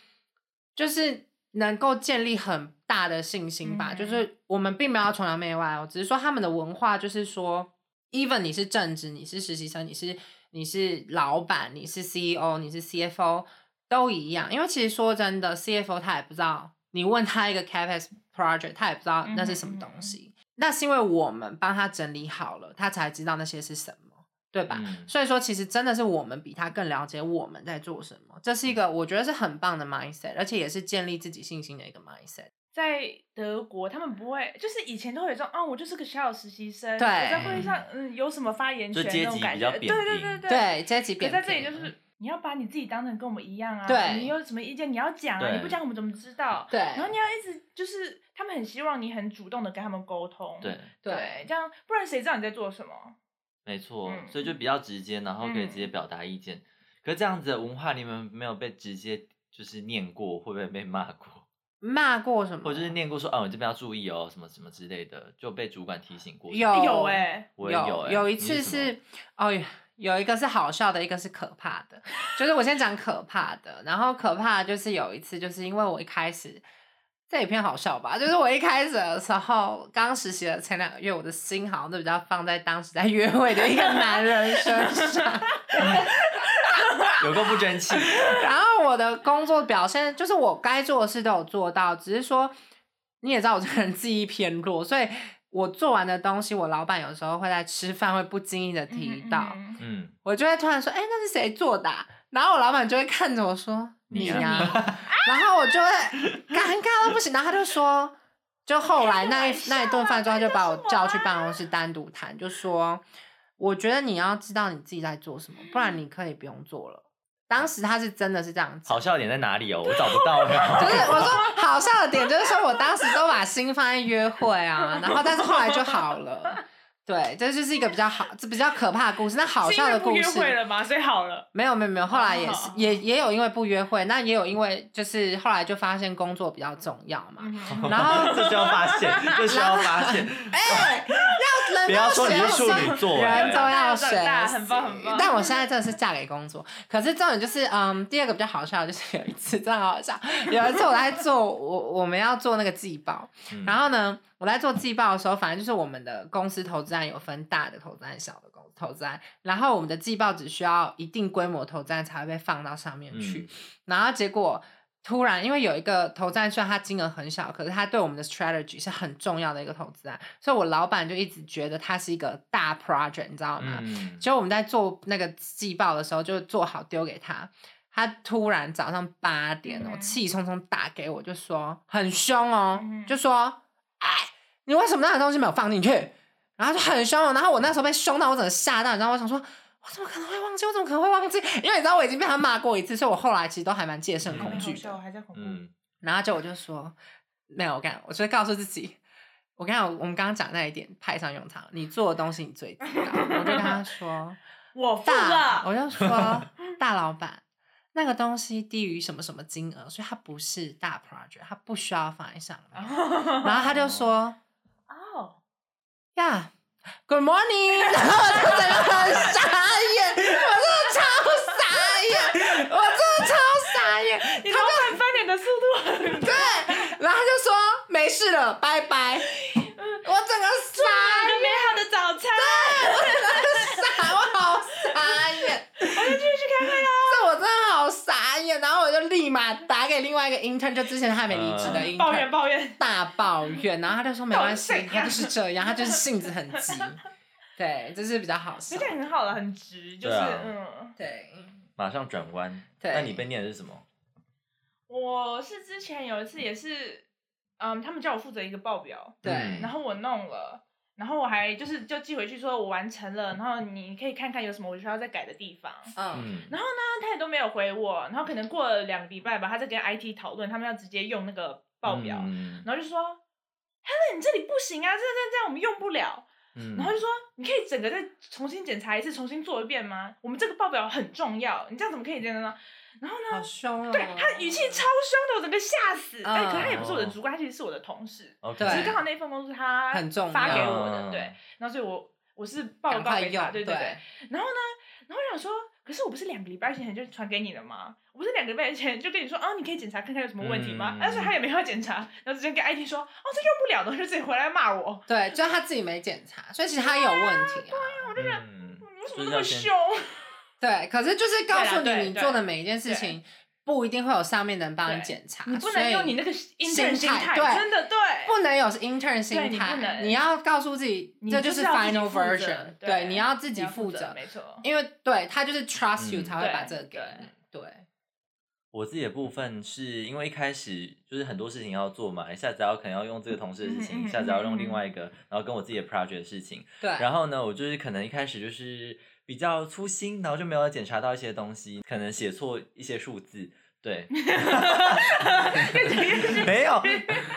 B: 就是能够建立很大的信心吧。
C: 嗯
B: 就是我们并没有要崇洋媚外哦，只是说他们的文化就是说，even 你是正职，你是实习生，你是你是老板，你是 CEO，你是 CFO 都一样。因为其实说真的，CFO 他也不知道，你问他一个 CapEx project，他也不知道那是什么
C: 嗯
B: 东西。那是因为我们帮他整理好了，他才知道那些是什么，对吧？
A: 嗯
B: 所以说，其实真的是我们比他更了解我们在做什么，这是一个我觉得是很棒的 mindset，而且也是建立自己信心的一个 mindset。
C: 在德国，他们不会，就是以前都会有这种啊，我就是个小小实习生，
B: 对
C: 我在会议上嗯有什么发言
A: 就
C: 权
A: 阶
C: 那种
A: 级
C: 感
A: 比
C: 觉，
A: 较
C: 对
A: 扁
C: 对
A: 平
C: 对
B: 对，
C: 对。
B: 阶级
C: 可
B: 变
C: 在这里就是你要把你自己当成跟我们一样啊，
B: 对
C: 你有什么意见你要讲啊，
A: 对
C: 你不讲我们怎么知道？
B: 对
C: 然后你要一直就是他们很希望你很主动的跟他们沟通，
A: 对，
B: 对哦
C: 对，这样不然谁知道你在做什么？
A: 没错，
C: 嗯
A: 所以就比较直接，然后可以直接表达意见。可这样子的文化，你们没有被直接就是念过，会不会被骂过？
B: 骂过什么，
A: 或者就是念过说，哦、你这边要注意哦，什么什么之类的，就被主管提醒过。
B: 有
C: 有哎，
A: 我也
B: 有
A: 欸
B: 有一
A: 你什么
B: 次是哦，有一个是好笑的，一个是可怕的。就是我先讲可怕的，然后可怕的就是有一次，就是因为我一开始这也偏好笑吧，就是我一开始的时候刚实习的前两个月，我的心好像都比较放在当时在约会的一个男人身上。
A: 有个不争气，
B: 然后我的工作表现就是我该做的事都有做到，只是说你也知道我这个人记忆偏弱，所以我做完的东西，我老板有时候会在吃饭会不经意的提到，
C: 嗯嗯
A: 嗯，
B: 我就会突然说：“哎、那是谁做的啊、然后我老板就会看着我说：“
A: 你
B: 呀、
A: 啊
B: 然后我就会尴尬到不行，然后他就说，就后来那一
C: 开个玩笑啊
B: 那一顿饭之后，他就把我
C: 这是我啊
B: 叫去办公室单独谈，就说：“我觉得你要知道你自己在做什么，不然你可以不用做了。”当时他是真的是这样子，
A: 好笑点在哪里哦？我找不到了。
C: 啊
B: 就是我说好笑的点，就是说我当时都把心放在约会啊，然后但是后来就好了。对，这就是一个比较好，这比较可怕的故事。那好
C: 是因
B: 笑
C: 为
B: 的
C: 不
B: 故
C: 约
B: 事，
C: 会了吗？所以好 了，
B: 没有没有没有，后来也是、
C: 哦
B: 也也有因为不约会，那也有因为就是后来就发现工作比较重要 嘛。然 后
A: 这需要发现，这需要发现。
B: 哎、要人
A: 不要说你是
B: 学
A: 处女座哎
B: 人都要学习
C: 长大很棒很棒
B: 但我现在真的是嫁给工作，可是重点就是，嗯，第二个比较好笑的就是有一次真的好好笑，有一次我在做我我们要做那个季报，
A: 嗯
B: 然后呢，我在做季报的时候，反正就是我们的公司投资案有分大的投资案、小的公投资案，然后我们的季报只需要一定规模投资案才会被放到上面去。
A: 嗯
B: 然后结果突然，因为有一个投资案，虽然它金额很小，可是它对我们的 strategy 是很重要的一个投资案，所以我老板就一直觉得它是一个大 project，你知道吗？
A: 嗯，
B: 结果我们在做那个季报的时候，就做好丢给他。他突然早上八点哦，
C: 嗯
B: 气冲冲打给我，就说很凶哦，
C: 嗯
B: 就说：“哎，你为什么那个东西没有放进去？”然后就很凶哦。然后我那时候被凶到，我整个吓到，你知道，我想说，我怎么可能会忘记？我怎么可能会忘记？因为你知道我已经被他骂过一次，所以我后来其实都还蛮戒慎恐惧
C: 好
B: 的
C: 笑，。我还在恐怖。
A: 嗯，
B: 然后就我就说没有，我跟你讲我就告诉自己，我跟你讲我们刚刚讲那一点派上用场，你做的东西你最知道。我就跟他说，
C: 我付
B: 大，
C: 了，
B: 我就说大老板，那个东西低于什么什么金额，所以它不是大 project，它不需要放在上面。然后他就说
C: 哦，
B: 呀。Good morning，然 后我就整个很傻眼，我真的超傻眼，我真的超傻眼。
C: 你老板翻脸的速度很快，
B: 然后他就说没事了，拜拜。我整个
C: 一
B: 傻
C: 个美好的早餐，
B: 傻，我好傻眼，
C: 我就继续开会啦。
B: 这我真的好傻眼。然后我就立马打给另外一个 intern，就之前他还没离职的
A: 嗯
B: intern，、
C: 抱怨抱怨，
B: 大抱怨。然后他就说没关系
C: 到底，怎
B: 他
C: 样
B: 就是这样，他就是性子很 急。对，这是比较好笑
C: 有。点很好了，很直，就是、
A: 对啊
C: 嗯。
B: 对，
A: 马上转弯。
B: 对
A: 那你被念的是什么？
C: 我是之前有一次也是，嗯，他们叫我负责一个报表，
B: 对
A: 嗯
C: 然后我弄了，然后我还就是就寄回去说我完成了，然后你可以看看有什么我需要再改的地方。
B: 嗯，
A: 嗯，
C: 然后呢，他也都没有回我，然后可能过了两个礼拜吧，他在跟 IT 讨论，他们要直接用那个报表，
A: 嗯
C: 然后就说 Helen 你这里不行啊，这这这样我们用不了。
A: 嗯
C: 然后就说你可以整个再重新检查一次，重新做一遍吗？我们这个报表很重要，你这样怎么可以这样呢？然后呢，
B: 好凶哦。嗯
C: 对他语气超凶的，我整个吓死。哎、可是他也不是我的
A: 哦
C: 主管，他其实是我的同事。
A: OK，
B: 对
C: 只是刚好那份工作他
B: 很重要
C: 发给我的，
A: 嗯
C: 对，然后所以我我是报
B: 赶
C: 告
B: 快
C: 给
B: 用
C: 他，，对
B: 对
C: 对。然后呢，然后我想说，可是我不是两个礼拜前就传给你了吗？我不是两个礼拜前就跟你说，哦，你可以检查看看有什么问题吗
A: 嗯？
C: 但是他也没有检查，然后直接跟 IT 说，哦，这用不了的，他就哦自己回来骂我，
B: 对，就是他自己没检查，所以其实他有问题啊。
A: 我就觉得
C: 你为什么那么凶？
B: 对，可是就是告诉你，
C: 对啦对
B: 你做的每一件事情不一定会有上面的人帮你
C: 对
B: 检查，
C: 你不能用你那
B: 个
C: 个 intern
B: 心
C: 心
B: 态
C: 态，
B: 对
C: 真的对。
B: 不能有 intern 心
C: 你不
B: 态，
C: 能
B: 你要告诉自己，
C: 你
B: 这
C: 就是是要自己
B: final
C: 负责
B: version，
C: 对
B: 对，你要自
C: 自
B: 己负
C: 责
B: 责，，
C: 没错。
B: 因为对他就是 trust you
A: 嗯
B: 才会把
C: 对
B: 这个给你，对，
A: 我自己的部分是因为一开始就是很多事情要做嘛，一下子要可能要用这个同事的事
C: 嗯嗯
A: 情，
C: 嗯
A: 一下子要用
C: 嗯
A: 另外一个，然后跟我自己的 project 的事情。
B: 对，
A: 然后呢，我就是可能一开始就是比较粗心，然后就没有检查到一些东西，可能写错一些数字。 对，没有，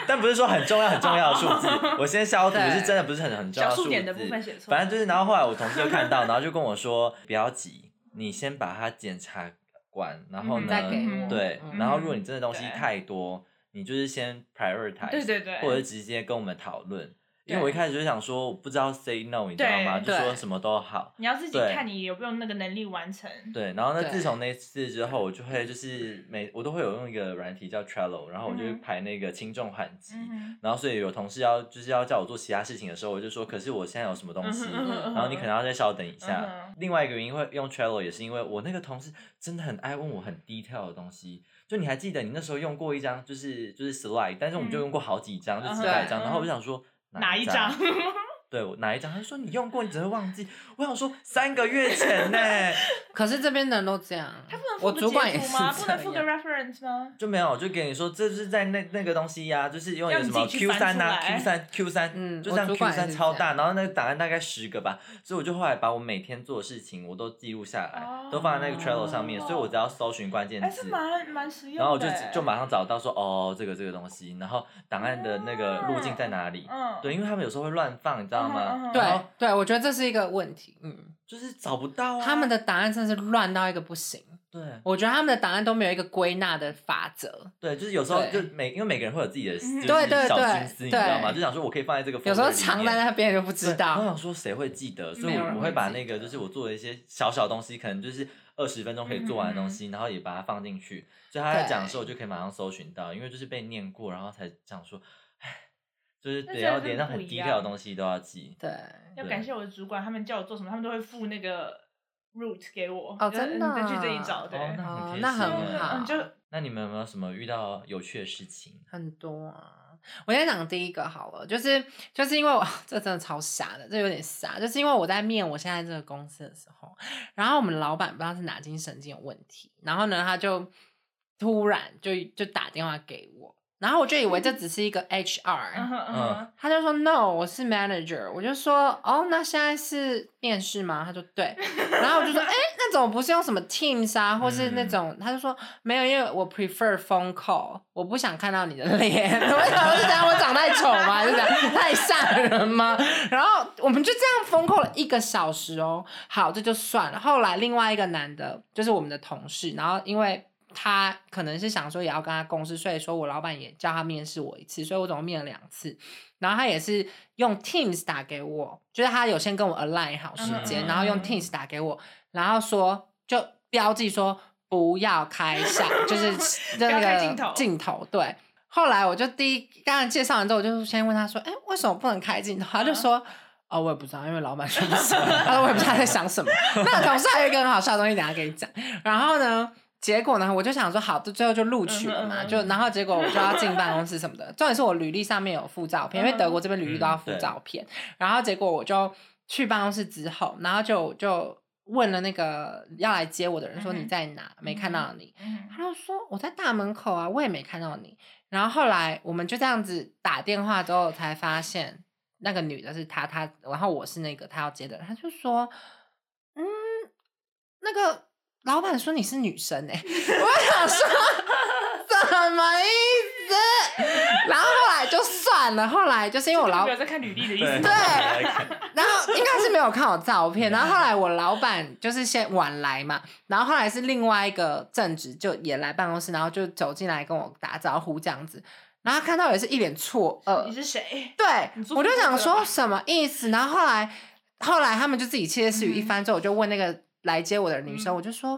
A: 但不是说很重要很重要的数字。我先消毒，
B: 对
A: 是真的不是很很重要
C: 哦小
A: 的数
C: 数
A: 字。
C: 点的部分写错，
A: 反正就是，然后后来我同事就看 到，然后就跟我说不要急，你先把它检查完，然后
C: 嗯
A: 呢，
B: 再给我，
A: 对，
B: 嗯
A: 然后如果你真的东西
C: 对
A: 太多，你就是先 prioritize，
C: 对对对，
A: 或者直接跟我们讨论。因为我一
B: 对
A: 开始就想说，我不知道 say no，你知道吗？就
B: 对
A: 说什么都好。
C: 你要自己
A: 对
C: 看你有没有那个能力完成。
A: 对，然后呢，
B: 对
A: 自从那次之后，我就会就是每我都会有用一个软体叫 Trello，然后我就
C: 嗯哼
A: 排那个轻重缓急。
C: 嗯哼，
A: 然后所以有同事要就是要叫我做其他事情的时候，我就说，可是我现在有什么东
C: 嗯
A: 西，然后你可能要再稍等一下。另外一个原因会用 Trello，也是因为我那个同事真的很爱问我很 detail 的东西。就你还记得你那时候用过一张，就是就是 slide，但是我们就
C: 嗯
A: 用过好几张，就
C: 嗯
A: 几百
B: 对
A: 张。然后我就想说
C: 哪一张？
A: 对，我哪一张？他说你用过，你只会忘记。我想说三个月前 呢、
B: 可是这边的人都这样，
C: 他不能附
B: 我
C: 个
B: 主管
C: 截
B: 也
C: 图
B: 是
C: 吗？不能附
B: 这
C: 个
B: 样
C: reference 吗？
A: 就没有，就给你说这是在那那个东西呀、就是用一个什
C: 要
A: 么
C: 你自己
A: Q
C: 去翻
A: 三啊
C: 出来
A: ，Q 三 Q 三，
B: 嗯
A: 就这样
B: 我
A: Q
B: 主管也是
A: 三超大，然后那个档案大概十个吧，所以我就后来把我每天做的事情我都记录下来，
C: 哦
A: 都放在那个 Trello 上面，所以我只要搜寻关键
C: 还是
B: 嗯
A: 字，
C: 哎蛮蛮实用的。欸
A: 然后我就就马上找到说哦这个这个东西，然后档案的那个路径在哪里？
C: 嗯，
A: 对，因为他们有时候会乱放，你知道吗？
C: 嗯哼嗯哼
A: 然后
B: 对对，我觉得这是一个问题，嗯，
A: 就是找不到啊，
B: 他们的档案真是乱到一个不行，
A: 对
B: 我觉得他们的档案都没有一个归纳的法则，
A: 对，就是有时候就
B: 对
A: 每因为每个人会有自己
C: 嗯
A: 的就是
C: 对
B: 对
A: 小
B: 对
A: 心思，你知
B: 对
A: 道吗？就想说我可以放在这个
B: 有时
A: folder
B: 候
A: 里
B: 藏
A: 面
B: 在那边就不知
A: 对嗯我
B: 道。
A: 想说谁会记得，所以
B: 没有
A: 我
B: 人
A: 我
B: 会
A: 会把
B: 记
A: 那个
B: 得
A: 就是我做的一些小小东西，可能就是二十分钟可以做完
C: 嗯
A: 的东西，然后也把它放进去，所以他在讲的时候就可以马上搜寻到，因为就是被念过，然后才讲说，唉，就是得
C: 那真的
A: 要
C: 是
A: 连到
C: 不
A: 很
C: 一
A: 低
C: 样
A: 调的东西都要记。
B: 对，
C: 要感谢我的主管，他们叫我做什么，他们都会附那个 root 给我。
B: 哦
C: 就是
B: 真的啊
C: 你再去这一找，对。
A: 哦，那
B: 哦
A: 很贴
B: 那
A: 心
B: 很
A: 耶
B: 好
C: 嗯，就
A: 那你们有没有什么遇到有趣的事 情？
B: 很多啊。我先讲第一个好了，就是就是因为我这真的超傻的，这有点傻，就是因为我在面我现在这个公司的时候，然后我们老板不知道是哪根神经有问题，然后呢他就突然就就打电话给我，然后我就以为 这只是一个 HR，、
C: 嗯哼嗯哼，
B: 他就说 no，我是 manager，我就说哦，那现在是面试吗？他就对，然后我就说哎、那怎么不是用什么 Teams 啊，或是那种？他就说没有，因为我 prefer phone call，我不想看到你的脸。我想说是怎样，我长太丑吗？还是怎样太吓人吗？然后我们就这样 phone call 了一个小时哦。好，这就算了。后来另外一个男的，就是我们的同事，然后因为。他可能是想说也要跟他共事，所以说我老板也叫他面试我一次，所以我总共面了两次。然后他也是用 Teams 打给我，就是他有先跟我 align 好时间，
A: 嗯
B: 然后用 Teams 打给我，然后说就标记说不要开下， 就是
C: 不要
B: 那
C: 开
B: 个
C: 镜头
B: 镜头对。后来我就第一，当然介绍完之后，我就先问他说：“哎，为什么不能开镜头？”
C: 嗯
B: 他就说：“哦，我也不知道，因为老板说不行。” 他说：“我也不知道他在想什么。”那个同事还有一个很好笑的东西，等一下给你讲。然后呢，结果呢，我就想说，好，就最后就录取了
C: 嗯
B: 嘛，
C: 哼嗯哼
B: 就然后结果我就要进办公室什么的。重点是我履历上面有附照片，因为
C: 嗯
B: 德国这边履历都要
A: 嗯
B: 附
A: 对
B: 照片。然后结果我就去办公室之后，然后就就问了那个要来接我的人说：“
C: 嗯哼
B: 你在哪？没看到你。”
C: 嗯
B: 他就说我在大门口啊，我也没看到你。然后后来我们就这样子打电话之后，才发现那个女的是他，他然后我是那个他要接的人，他就说，嗯，那个老板说你是女生哎、我想说什么意思？然后后来就算了，后来就是因为我老
C: 没有在看履历的意思。
B: 对然后应该是没有看我照 片，然后后来我老板就是先晚来嘛，然后后来是另外一个正职就也来办公室，然后就走进来跟我打招呼这样子，然后他看到也是一脸错愕
C: 你，是谁？
B: 对
C: 你，做
B: 我就
C: 副
B: 想
C: 部长
B: 说
C: 吧
B: 什么意思？然后后来后来他们就自己窃窃私语一
C: 嗯
B: 番之后，我就问那个来接我的女生，
C: 嗯
B: 我就说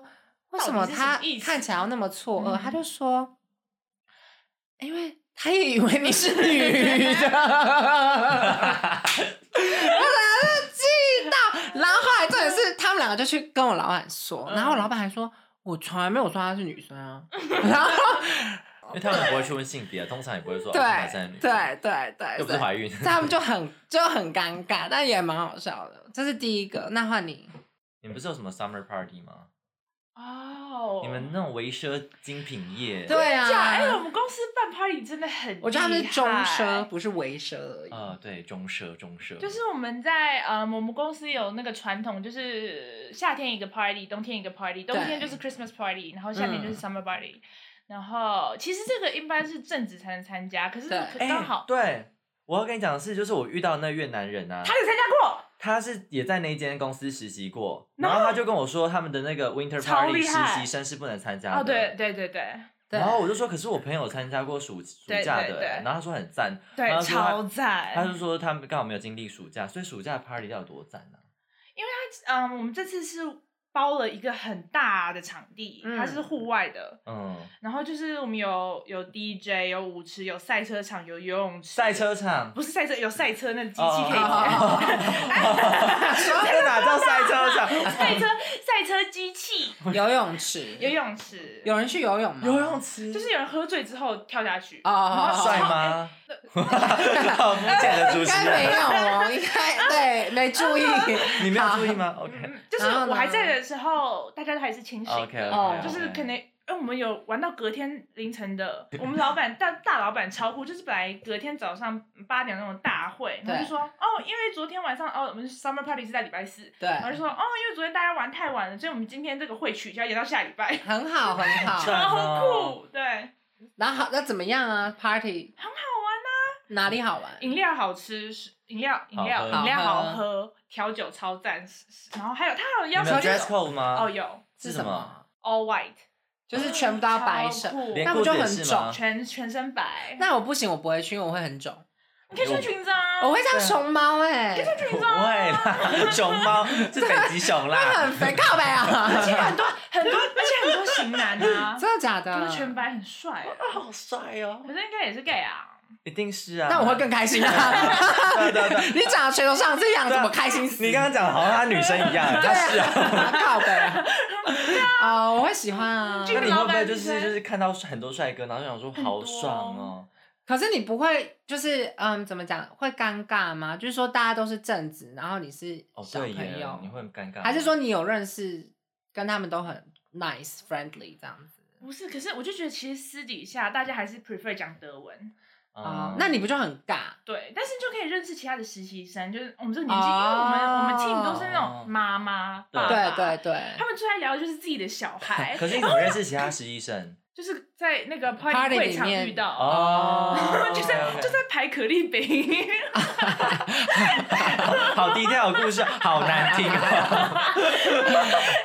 B: 为
C: 到
B: 什
C: 底
B: 么
C: 是什
B: 她
C: 么意思
B: 看起来要那么错愕？她
C: 嗯
B: 就说，因为她也以为你是女的。 然后后来重点是，他们两个就去跟我老板说，
A: 嗯
B: 然后我老板还说，我从来没有说她是女 生啊。然后
A: 因为他们不会去问性别，通常也不会说
B: 对
A: 哦是男哦生还是女生，
B: 对对对，
A: 又不是
B: 对
A: 怀孕。
B: 所以他们就很就很尴尬，但也蛮好笑的。这是第一个，那换你，
A: 你们不是有什么 summer party 吗？
C: 哦，
A: 你们那种维奢精品业，
B: 对啊，
C: 假哎，我们公司办 party 真的很，
B: 我觉得他们是中奢，。不是微奢而已。
A: 呃，对，中奢，中奢，
C: 就是我们在呃，我们公司有那个传统，就是夏天一个 party，冬天一个 party，冬天就是 Christmas party，然后夏天就是
B: 嗯
C: summer party，、然后其实这个一般是正职才能参加，可是
B: 对
A: 哎
C: 刚好、
A: 对。我要跟你讲的是，就是我遇到那越南人啊，
C: 他有参加过，
A: 他是也在那一间公司实习过，
C: 然
A: 然
C: 后
A: 后他就跟我说，他们的那个 Winter
C: 超
A: Party
C: 厉
A: 实
C: 害
A: 习生是不能参加的。
C: 哦，对。对对对
B: 对
A: 然后我就说，可是我朋友参加过暑暑
C: 对
A: 假
C: 对
A: 的
C: 对
A: 欸，然后他说很赞，然
C: 对，
A: 后说他
C: 超
A: 他
C: 赞。
A: 就说他们刚好没有经历暑假，所以暑假的 party 要有多赞啊呢、
C: 嗯，我们这次是包了一个很大的场地，
B: 嗯
C: 它是户外的，
A: 嗯，
C: 然后就是我们有有 DJ，有舞池，有赛车场，有游泳池，
A: 赛车场，
C: 不是赛车，有赛车那机器
A: 哦
C: 可以
A: 哦
B: 哦哦
C: 开。
A: 这哪叫赛车 场？
C: 赛车赛车机器、
B: 游泳池，
C: 游泳池，
B: 有人去游泳吗？
A: 游泳池
C: 就是有人喝醉之后跳下去。
B: 哦哦哦
A: 帅吗？ 好肤浅的主
B: 应
A: 持
B: 该没
A: 人，
B: 有哦，应该对 没注意。
A: 你没有注意吗？OK
C: 嗯就是
B: 然后呢
C: 我还在的时候，大家都还是清醒的
A: OK
B: 哦
A: OK，
C: 就是可能。因为我们有玩到隔天凌 晨的，我们老板大大老板超酷，就是本来隔天早上八点那种大会，然后就说哦，因为昨天晚上哦，我们 summer party 是在礼拜四，
B: 对，
C: 然后就说哦，因为昨天大家玩太晚了，所以我们今天这个会取消，延到下礼拜，
B: 很好很好。
A: 对
C: 超
B: 哦
C: 酷，对，很
B: 然后好那怎么样啊？Party
C: 好玩啊，
B: 哪里好玩？
C: 饮料好吃，是饮料饮料
A: 好喝
C: 饮料
B: 好
C: 好
B: 喝
C: 喝，调酒超赞，是是然后还有他还有
A: 你
C: 要
A: 们有
C: 求
A: dress code 吗？
C: 哦，有
A: 是什么？？
C: all white，
B: 就是全部都要白
C: 啊超
B: 色，
C: 酷
A: 连
B: 那不
A: 裤子
B: 就
A: 也
B: 很
A: 是
B: 肿
A: 吗？
C: 全全身白，
B: 那我不行，我不会去，因为我会很肿。
C: 你可以穿裙子啊，
B: 我会像熊猫哎、欸，
A: 不会啦， 熊猫是北极熊啦
B: 很。肥靠背啊，
C: 而且 很多很多，而且很多型男啊，
B: 真的假的？
C: 就是全白很帅啊，
A: 好帅哦！
C: 可是应该也是 gay 啊，
A: 一定是啊。
B: 那我会更开心啊！
A: 对对对，
B: 你长得全都像这样，
A: 对
B: 怎
A: 啊
B: 么开心死？
A: 你刚刚讲好像她女生一样，她是啊。
B: 啊，靠 的。啊，我会喜欢啊。
A: 那你会不会就
C: 老板
A: 是
C: 女生
A: 就是看到很多帅哥，然后就想说好
C: 多
A: 爽哦？
B: 可是你不会，就是嗯，怎么讲，会尴尬吗？就是说大家都是正直，然后你是
A: 哦，
B: 小
A: 对
B: 朋
A: 耶
B: 友，，
A: 你会很尴尬吗。
B: 还是说你有认识，跟他们都很 nice friendly 这样子？
C: 不是，可是我就觉得其实私底下大家还是 prefer 讲德文，
B: 啊、
A: 嗯
B: 那你不就很尬？
C: 对，但是就可以认识其他的实习生，就是我们这个年纪，
B: 哦
C: 因为我们我们 team 都是那种妈妈、
A: 哦对
C: 爸爸，
B: 对对对
C: 他们最爱聊的就是自己的 小孩，
A: 可是你怎么认识其他实习生？
C: 就是在那个
B: Party
C: party 会场
B: 里面
C: 遇到，
A: 哦
C: 就在
A: OK，OK
C: 就在排可丽饼，
A: 好低调的故事，好难听哦。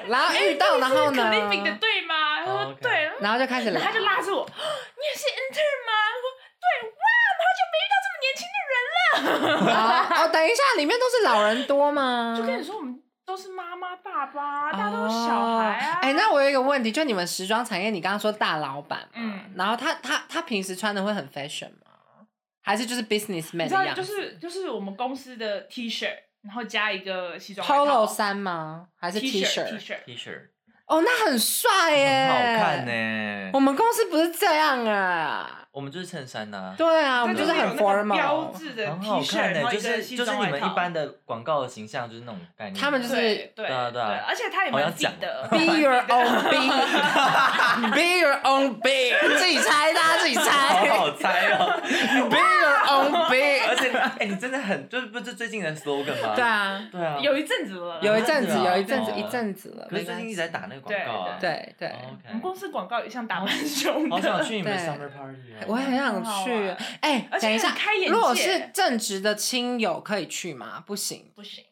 B: 然后遇到，然后
C: 可
B: 呢？ 哦
C: 丽饼的对吗？他说
A: OK
C: 对，
B: 然后就开始聊
C: 然后他就拉着我，你也是 intern 吗？我说对，哇，我好久没遇到这么年轻的人了。
B: 哦哦，等一下，里面都是老人多吗？
C: 就跟你说，我们都是妈妈、爸爸，大家都是小孩啊。
B: 哦哎、那我有一个问题，就你们时装产业，你刚刚说大老板嘛，
C: 嗯
B: 然后他他他平时穿的会很 fashion 吗？还是就是 businessman
C: 你知
B: 的
C: 道，
B: 样子？
C: 就是就是我们公司的 T 恤，然后加一个西装外套
B: polo 衫吗？还是
C: T
B: T
C: 恤 T
B: 恤？
C: 恤。
A: T 恤
B: 哦，那很帅耶，
A: 很好看呢、
B: 我们公司不是这样啊，
A: 我们就是衬衫呐、
B: 对啊，我
C: 它
B: 们
C: 就是有
B: 很
C: 那个标
B: formal，
C: 志的 T
A: 很好
C: 恤，
A: 看呢、
C: 然后
A: 就
C: 一个
A: 是
C: 西
A: 就是
C: 装
A: 你
C: 外
A: 们
C: 套
A: 一般的广告的形象就是那种概念。
B: 他们就是
C: 对对
A: 对啊对啊
C: 而且他也
A: 好
C: 没有
A: 像
C: 自己
A: 讲
C: 的
B: Be your own bee, be your own bee，自己猜，大家自己
A: 好
B: 猜
A: 好猜哦、
B: ，Be your own
A: 而
B: bee。
A: 且哎、你真的很就是不是最近的 slogan 吗？
B: 对啊，
A: 对啊，
C: 有一阵子了，
B: 有一阵子，
A: 真的啊
B: 有一阵子，
A: 哦
B: 一阵子了。
A: 可是最近一直在
B: 没关系
A: 打那个广告啊。
B: 对对，
A: 哦
C: 我们
A: ，OK，嗯
C: 公司广告也像打蛮凶的，
A: 好想去你们的
B: 对
A: summer party 哦。
B: 我很想去啊
C: 很好玩。
B: 哎
C: 而，且
B: 等一下
C: 很开眼，界
B: 如果是正直的亲友可以去吗？不行
C: 不行。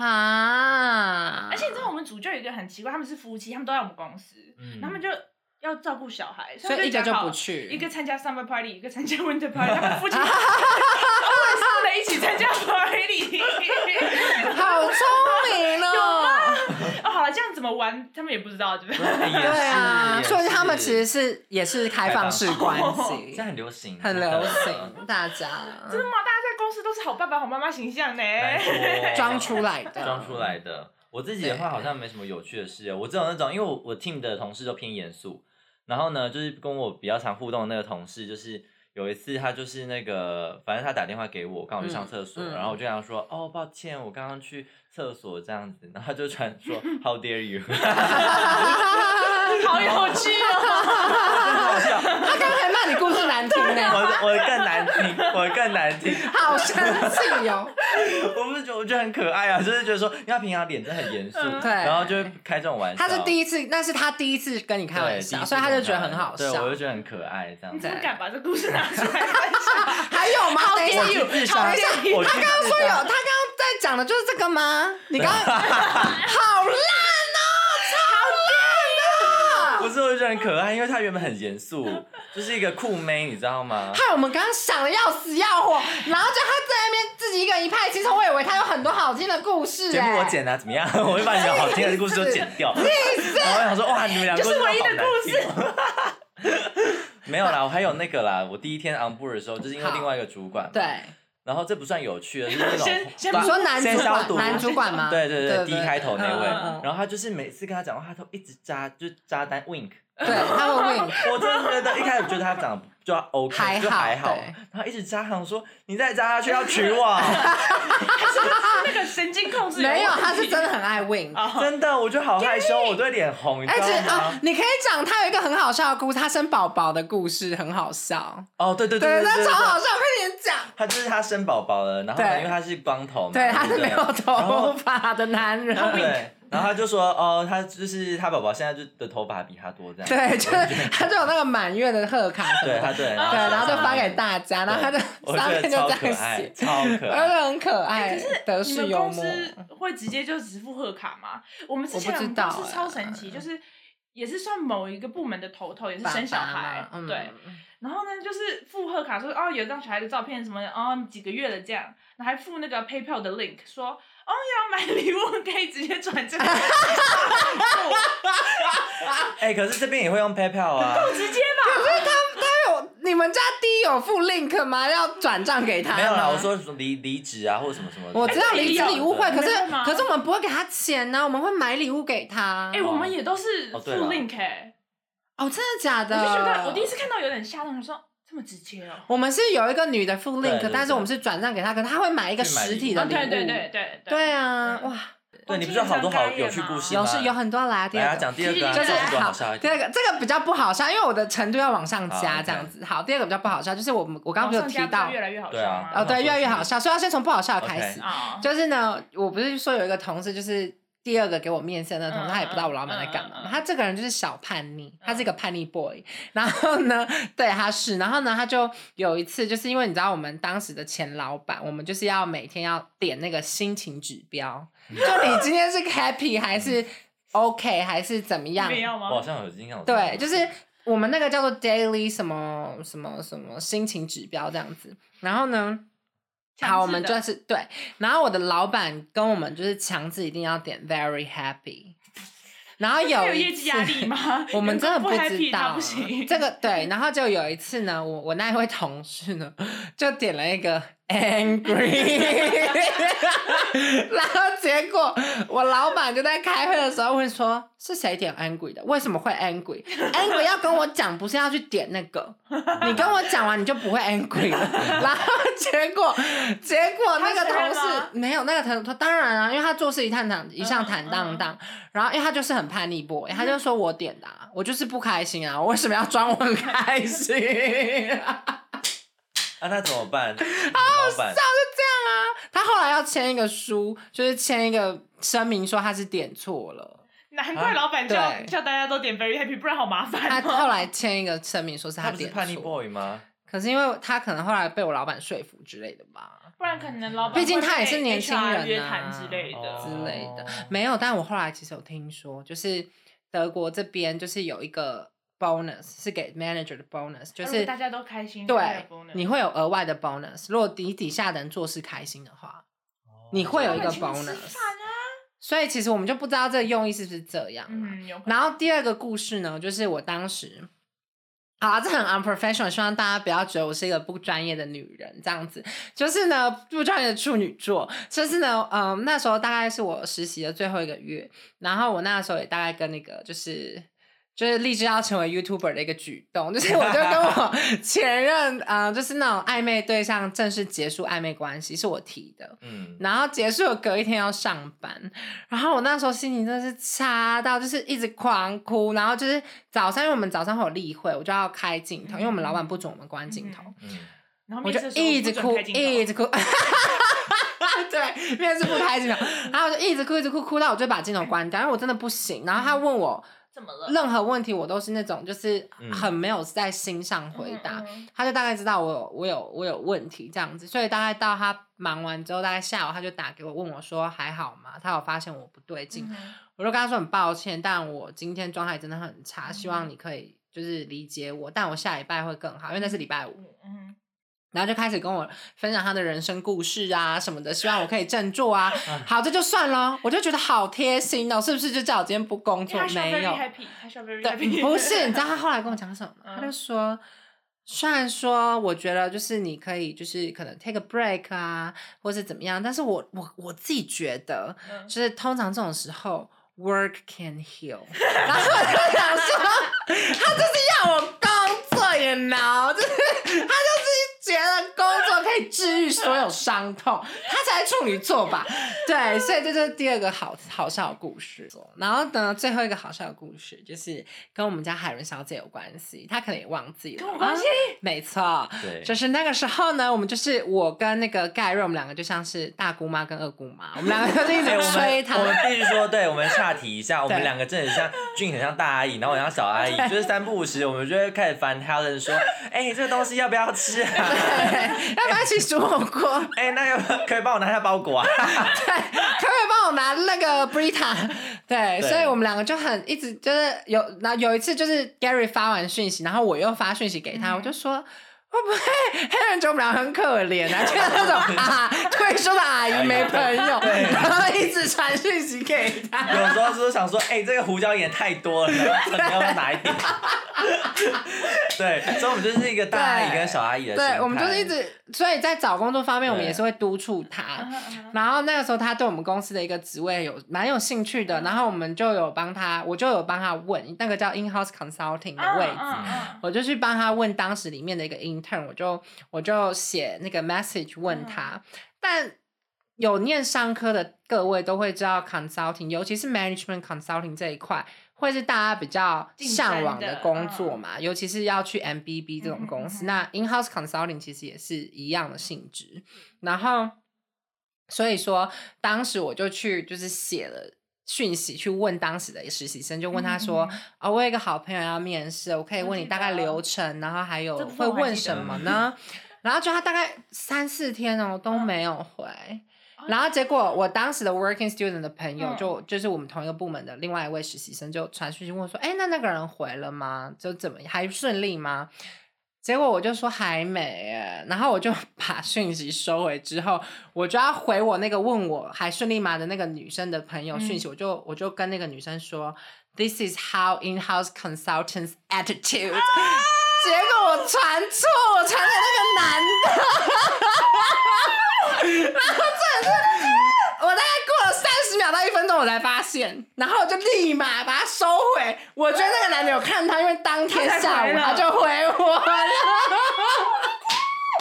B: 哈。
C: 而且你知道我们组就有一个很奇怪，他们是夫妻，他们都在我们公司，
A: 嗯
C: 然后他们就要照顾小孩，
B: 所
C: 他们
B: 以一个就
C: 讲好
B: 不去
C: 一个参加 summer party，一个参加 winter party，他们夫妻 always 不能一起参加 party。
B: 好聪明哦！
C: 哦，好了，这样怎么玩，他们也不知道，对不对？
A: 哎也是
B: 对啊，
A: 也是
B: 所以他们其实是也是开放式关
A: 现
B: 系
A: 在，很流行，
B: 很
A: 真的
B: 流行，大家
C: 真的吗？大家在公司都是好爸爸、好妈妈形象呢。
A: 拜托
B: 装出来的，
A: 装出来的。我自己的话好像没什么有趣的事，哦我只有那种，因为我我 team 的同事都偏严肃，然后呢，就是跟我比较常互动的那个同事，就是有一次他就是那个，反正他打电话给我，刚好去上厕所，
B: 嗯嗯
A: 然后我就跟他说，哦，抱歉，我刚刚去厕所这样子，然后他就传 说 How dare you，
C: 好有趣哦！
A: 好笑，
B: 他刚才骂你故事难听
A: 我
B: 呢，
A: 我更难听，我更难听，
B: 好生气 哦！
A: 我不是觉得我觉得很可爱啊，就是觉得说，因为他平常脸真的很严肃，
C: 嗯
B: 对
A: 然后就会开这种玩笑，
B: 他是第一次，那是他第一次跟你开玩笑，
A: 对
B: 所以他就觉得很好
A: 对，我
B: 笑
A: 就。觉得很可爱这样
C: 你
A: 子
C: 怎。么敢把这故事拿出来分享？
B: 还有吗？等一下，
A: 我去
B: 等一
A: 自
B: 下，
A: 杀
B: 他刚
A: 我去自杀
B: 刚说有，他刚刚在讲的就是这个吗？你 刚刚好烂哦，超烂的！
A: 不是，我就觉得很可爱，因为她原本很严肃，就是一个酷妹，你知道吗？
B: 害我们刚刚想的要死要活，然后就他在那边自己一个人一派轻松，我以为他有很多好听的故事、欸。
A: 节目我剪啊，怎么样？ 我会把你们好听的故事都剪掉。然后我想说，哇，你们两个
C: 就是
A: 都好
C: 唯一的
A: 难听。哦 没有啦，我还有那个啦。我第一天 on board 的时候，就是因为
B: 好
A: 另外一个主管，
B: 对，，
A: 然后这不算有趣的，就是那种
C: 先先
A: 把
B: 你说男
A: 先
B: 主
A: 消毒
B: 管，男主管吗？
A: 对对
B: 对
A: 对，D 开头那位
C: 嗯嗯
B: 嗯。
A: 然后他就是每次跟他讲话，他都一直扎，就是扎单 wink。
B: 对，他会 问你，
A: 我真的觉得一开始觉得他长得就 OK，
B: 还好
A: 就还好
B: 对，
A: 然后一直扎，想说你再扎下去要娶 我，
C: 那个神经控制
B: 没有，
C: 问题
B: 他 是真的很爱问。
C: 哦，
A: 真的，我就好害羞，我啊对脸红，你
B: 哎，
A: 知
B: 其实
A: 道
B: 啊
A: 吗，？
B: 你可以讲他有一个很好笑的故事，他生宝宝的故事很好笑，
A: 哦，对对
B: 对，
A: 对
B: 那
A: 对
B: 超好笑，快点讲。
A: 他就是他生宝宝了，然后
B: 对
A: 呢，因为他是光头嘛，
B: 对，他是
A: 不
B: 没有
A: 然
B: 头
A: 后
B: 发的男人，
A: 对，然后他就说哦，他就是他宝宝现在就的头发比他多这样，
B: 对，就是他就有那个满月的贺卡什么
A: 对，
B: 的，
A: 他对，对，
B: 对，然后就发给大家，然后他就
A: 我
B: 上
A: 觉
B: 面
A: 得
B: 就
A: 超
B: 这
A: 可
B: 样
A: 爱
B: 写，，
A: 超 可
B: 我觉
A: 爱，
B: 得很可爱，德
C: 哎你
B: 式
C: 们
B: 幽
C: 公
B: 默。
C: 司会直接就只付贺卡吗？我们之
B: 我
C: 前我
B: 不知
C: 们
B: 道哎
C: 公司超神奇，就是也是算某一个部门的头头，也是生小孩
B: 爸，
A: 嗯
B: 爸嘛
C: 对。，然后呢，就是附贺卡说哦，有一张小孩的照片什么的，哦几个月了这样，然后还附那个 PayPal 的 link 说哦要买礼物可以直接 转这个，
A: 哎，可是这边也会用 PayPal 啊，
B: 哦
C: 直接吧，
B: 他有你们家 D 有附 link 吗？要转账给他吗？
A: 没有啦，我说什么离离职啊，或者什么什么的。
B: 啊我知道
C: 哎
B: 离职
C: 有
B: 礼物会，可是
C: 真的吗
B: 可是我们不会给他钱呢、我们会买礼物给他。
C: 哎、我们也都是
A: 哦
C: 付
A: 对
B: 啊
A: 了
C: link 哎、
B: 哦，真的假的？
C: 我就觉得我第一次看到有点吓到，我说这么直接哦、
B: 我们是有一个女的附
A: 对
B: link，
A: 对
B: 但是
A: 对
B: 我们是转账给她，可是她会买一个
A: 去买
B: 实体
A: 礼物
B: 的
C: 啊，
B: 礼物。
C: 对对对对
B: 对啊，
C: 对
B: 哇，
A: 对你不是有好多好有趣故事
B: 有
A: 吗
B: 是有很多来啊第
A: 来
B: 二
A: 啊，
B: 个。
A: 讲第二个啊，
C: 就
B: 就是是
A: 这个比较
B: 好
A: 好笑一，
B: 第二
A: 点。
B: 个这个比较不好笑，因为我的程度要往上
A: 好
B: 加这样子。好，第二个比较不好笑，就是我们我刚刚不是有
C: 上
B: 提
C: 家
B: 到
C: 不是，越来越好
A: 对
C: 笑
A: 啊
B: 哦，
C: 吗？
B: 对，越来越好笑，所以要先从不好笑的
A: OK
B: 开始。
C: 啊，
B: 就是呢，我不是说有一个同事，就是第二个给我面试的那个同事，
C: 嗯
B: 他也不知道我老板在干嘛
C: 嗯
B: 嘛。
C: 嗯嗯
B: 他这个人就是小叛逆，他是一个叛逆 boy。然 后呢，对，他是，然后呢，他就有一次，就是因为你知道我们当时的前老板，我们就是要每天要点那个心情指标，就你今天是 happy 还是 OK 还是怎么样？
C: 没有吗？
A: 我好像有印象。
B: 对，就是我们那个叫做 daily 什么什么什么心情指标这样子。然后呢，
C: 强制
B: 好，我们
C: 的
B: 就是对。然后我的老板跟我们就是强制一定要点 very happy。然 后
C: 他有
B: 一
C: 业绩压
B: 次？
C: 力吗
B: 我们真的
C: 员工不
B: 知
C: happy 他
B: 道
C: 不行。
B: 这个对。然后就有一次呢，我我那一位同事呢，就点了一个 angry，然后结果我老板就在开会的时候问说，是谁点 angry 的？为什么会 angry？angry 要跟我讲，不是要去点那个。你跟我讲完，你就不会 angry 了。 然后结果，结果那个
C: 他
B: 同
C: 承认
B: 事
C: 吗
B: 没有那个同他当然啊，因为他做事一探坦一向
A: 嗯
B: 坦荡荡，然后因为他就是很叛逆 boy，他就说我点的、啊，我就是不开心啊，我为什么要装我很开心、啊？
A: 啊，那怎么办？老板，
B: 啊他后来要签一个书，就是签一个声明说他是点 错了，
C: 难怪老板叫、
B: 啊对
C: 叫大家都点 very happy，不然好麻
B: 他
C: 烦、哦。
B: 后来签一个声明说是
A: 哎他不是
B: 点
A: 叛逆
B: 错，
A: boy 吗？
B: 可是因为他可能后来被我老板说服之类的吧。
C: 不然可能老板
B: 毕竟他
C: 会被
B: 也是年轻人啊
C: HR 约谈之类的。
A: 哦
B: 之类的。没有，但我后来其实有听说，就是德国这边就是有一个 bonus 是给 manager 的 bonus，就
C: 啊
B: 是
C: 如果大家都开心，就会
B: 对
C: 有 bonus
B: 你会有额外的 bonus。如果你底下的人做事开心的话， 你会有一个
C: 老板请你
B: bonus
C: 吃饭啊
B: 所以其实我们就不知道这个用意是不是这样、啊。
C: 嗯，有可能
B: 然后第二个故事呢，就是我当时。好、啊，这很 unprofessional，希望大家不要觉得我是一个不专业的女人，这样子。就是呢，不专业的处女座，就是呢，嗯，那时候大概是我实习的最后一个月，然后我那时候也大概跟那个就是。就是立志要成为 YouTuber 的一个举动，就是我就跟我前任，嗯、就是那种暧昧对象正式结束暧昧关系，是我提的。
A: 嗯，
B: 然后结束了，隔一天要上班，然后我那时候心情真的是差到，就是一直狂哭，然后就是早上，因为我们早上会有例会，我就要开镜头，因为我们老板不准我们关镜头，
C: 嗯
A: 嗯，
C: 然后
B: 我
C: 面
B: 就
C: 试的时候
B: 一直
C: 不准
B: 哭，
C: 开镜头
B: 一直哭。 对，面试不开镜头，然后我就一直哭，一直哭，哭到我就把镜头关掉，因为我真的不行。然后他问我
C: 怎么了？
B: 任何问题，我都是那种就是
A: 嗯
B: 很没有在心上回答，
C: 嗯嗯
B: 他就大概知道我有我有我有问题这样子，所以大概到他忙完之后，大概下午他就打给我问我说还好吗？他有发现我不对劲，
C: 嗯
B: 我就跟他说很抱歉，但我今天状态真的很差，希
C: 嗯
B: 望你可以就是理解我，但我下礼拜会更好，因为那是礼拜五。
C: 嗯嗯，
B: 然后就开始跟我分享他的人生故事啊什么的，希望我可以振作 啊。
C: 嗯
B: 好，这就算了，我就觉得好贴心哦，是不是？就叫我今天不工
C: 因为
B: 作
C: 他需要
B: 没
C: very
B: 有？
C: happy，他需要 very
B: 对，
C: happy，
B: 不是，你知道他后来跟我讲什么吗？
C: 嗯
B: 他就说，虽然说我觉得就是你可以就是可能 take a break 啊，或是怎么样，但是我我我自己觉得，
C: 嗯
B: 就是通常这种时候。Work can heal，然 后我就想说，他就是要我工作也挠，就是他就是觉得工作可以治愈所有伤痛，他才是处女座吧？对，所以这就是第二个好好笑的故事。然后呢，最后一个好笑的故事就是跟我们家海伦小姐有关系，她可能也忘记了，
C: 跟我关系
B: 啊没错，
A: 对，
B: 就是那个时候呢，我们就是我跟那个盖瑞，我们两个就像是大姑妈跟二姑 妈，我们两个就一直
A: 哎，我
B: 催
A: 们
B: 她。
A: 我们必须说，对我们岔题一 下，我们
B: 对
A: 两个真的很像俊，很像大阿姨，然后我很像小 阿姨，就是三不五时，我们就会开始烦 Helen 说，哎，这个东西要不要吃啊？
B: 对，要不要一起煮火锅？
A: 哎，那要不要可以帮我拿下包裹啊？
B: 对，可不可以帮我拿那个 Brita？对，
A: 对
B: 所以我们两个就很一直就是有，然后有一次就是 Gary 发完讯息，然后我又发讯息给他，
C: 嗯
B: 我就说。会不会黑人觉得我们俩很可怜啊？ 就是那种啊，退休的阿姨没朋友，
A: 对
B: 然后一直传讯息给他。
A: 有时候就是想说，哎，这个胡椒盐太多了，你要不要拿一点？对，所以我们就是一个大阿姨跟小阿姨的心态。
B: 对，我们就是一直，所以在找工作方面，我们
A: 对
B: 也是会督促他。
C: 嗯
B: 然后那个时候，他对我们公司的一个职位有蛮有兴趣的，然后我们就有帮他，我就有帮他问那个叫 in house consulting 的位置，
C: 嗯
B: 我就去帮他问当时里面的一个 intern，我就我就写那个 message 问
C: 嗯
B: 他，但有念商科的各位都会知道 consulting，尤其是 management consulting 这一块，会是大家比较向往
C: 竞争的嗯
B: 工作嘛，尤其是要去 MBB 这种公司。
C: 嗯嗯嗯
B: 那 in house consulting 其实也是一样的性质，然后所以说当时我就去就是写了。讯息去问当时的实习生，就问他说：“
C: 嗯嗯
B: 哦，我有一个好朋友要面试，我可以
C: 我
B: 问你
C: 记
B: 大
C: 得
B: 概流程，然后还有
C: 啊这部
B: 会
C: 分我还
B: 问
C: 记
B: 什
A: 得
B: 么呢？然后就他大概三四天哦都
C: 嗯
B: 没有回，
C: 嗯
B: 然后结果我当时的 working student 的朋友
C: 嗯
B: 就、就是我们同一个部门的另外一位实习生就传讯息问我说，哎，那那个人回了吗？就怎么还顺利吗？结果我就说还没耶，然后我就 把讯息收回之后，我就要回我那个问我还顺利吗的那个女生的朋友讯息，我就我就跟那个女生说，This is how in-house consultants attitude、结 果我传错，我传给那个男的， 然后真的是，我大概过了三十秒到一分钟，我才发现，然后我就立马把它收回。我觉得那个男的有看他，因为当天
C: 他才
B: 下午
C: 回了
B: 他就回我了。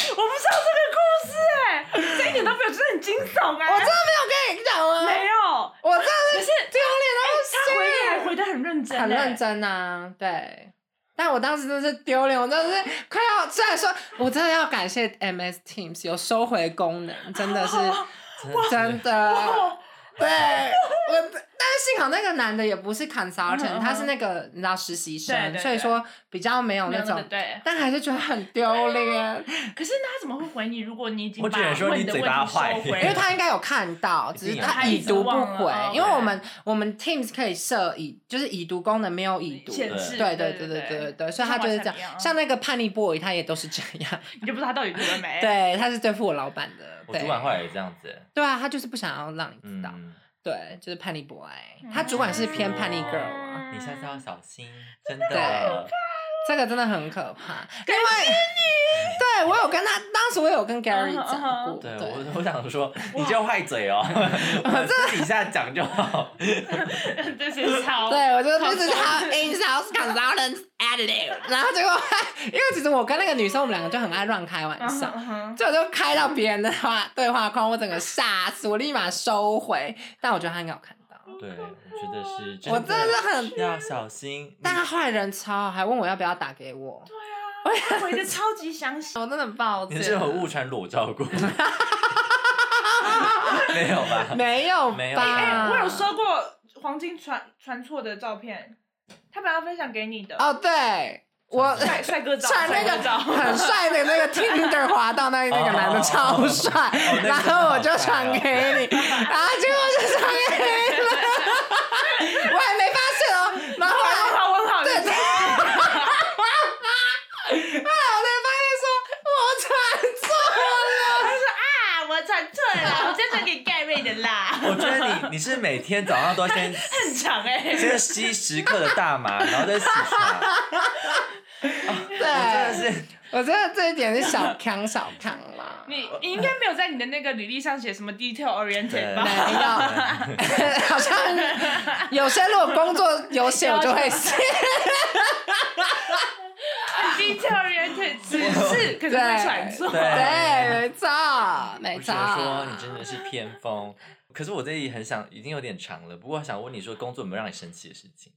C: 我不知道这个故事哎，这一点都没有，真的很惊悚哎。
B: 我真的没有跟你讲啊，
C: 没有，
B: 我真的
C: 可
B: 是
C: 是哎
B: 丢
C: 他
B: 脸到不
C: 回你
B: 行，
C: 还回的很认 真，欸
B: 很认。真啊，对。但我当时真的是丢脸，我真的是快要，虽然说我真的要感谢 MS Teams 有收回功能，真的 是真的，
C: 哦，
B: 对我，但是幸好那个男的也不是 consultant，
C: 嗯嗯
B: 他是那个你知道实习
C: 对
B: 生，
C: 对
B: 所以
C: 对
B: 说比较没有
C: 没
B: 那
C: 有那个
B: 种，
C: 对。
B: 但还是觉得很丢脸，
C: 可是那他怎么会回你？如果你已经
A: 我
C: 把
A: 只能说
C: 问
A: 你
C: 的
A: 嘴
C: 问
A: 巴
C: 题收
A: 坏
C: 回
A: 因
B: 因为
C: 了
B: 他应该有看到，只是
A: 一定有
B: 他已读不
C: 他已读
B: 回
C: 忘了，
B: 因为我们我们 Teams 可以设已，就是已读功能没有已读。
C: 显示，
B: 对
C: 对
B: 对对
C: 对
B: 对对对对，所以他就是这样。像那个叛逆 boy，他也都是这 样。
C: 你就不知道他到底读了没？，
B: 对，他是对付我老板的。
A: 我
B: 对
A: 主管后来也这样子，
B: 对啊，他就是不想要让你知道。
A: 嗯，
B: 对，就是叛逆 boy，他
C: 嗯
B: 主管是偏叛逆 girl 啊，
A: 你下次要小心，真
B: 对
A: 的。
B: 这个真的很可怕。另外，对我有跟他，当时我有跟 Gary
C: 嗯哼嗯
B: 讲过，
C: 哼
A: 对
B: 对，
A: 我，我想说，你就坏嘴 哦，私底下讲就好。
C: 这是超
B: 对，我就就是他 in house consultant attitude，然后结果 因为其实我跟那个女生，我们两个就很爱乱开玩笑，
C: 嗯
B: 所以我就开到别人的话对话框，我整个吓死，我立马收回。但我觉得他应该有看到，
A: 对，我觉得是真的，
B: 我真的是很，
A: 要小心。
B: 但他坏人超好，还问我要不要打给我，
C: 对啊，他回的超级详细，
B: 哦我真的很抱
A: 你
B: 歉。
A: 你是有误传裸照过？ 没有吧？
B: 没有
A: 没有
B: 吧？
A: 哎
C: 我有收过黄金传传错的照片，他本来要分享给你的，
B: 哦，对我。
C: 帅帅哥照，
B: 传那
C: 帅
B: 个
C: 哥照，
B: 很帅的那个 Tinder 滑到那那个男的超帅，
A: 那个
B: 然后我就传给你，然后结果就传给你了，我还没发现哦，然后后来
C: 问好 问好，
B: 对对，后来我才发现说我传错了，
C: 他说啊，我传错了，我真的给盖瑞的啦，
A: 我觉得你你是每天早上都 先
C: 很长哎，
A: 先吸十克的大麻，然后再洗茶。 我真
B: 对，
A: 的是，
B: 我真的这一点是小康小康啦，
C: 你你应该没有在你的那个履历上写什么 detail
A: 对
C: oriented 吧？
B: 没有。
A: 哎
B: 好像有些如果工作有写，我就会写。
C: 很 detail oriented，只是可是会传错。
A: 对
B: 对，没错，没
A: 我只
B: 错。
A: 能说你真的是偏锋。可是我这里很想，已经有点长了。不过想问你说，工作有没有让你生气的事情？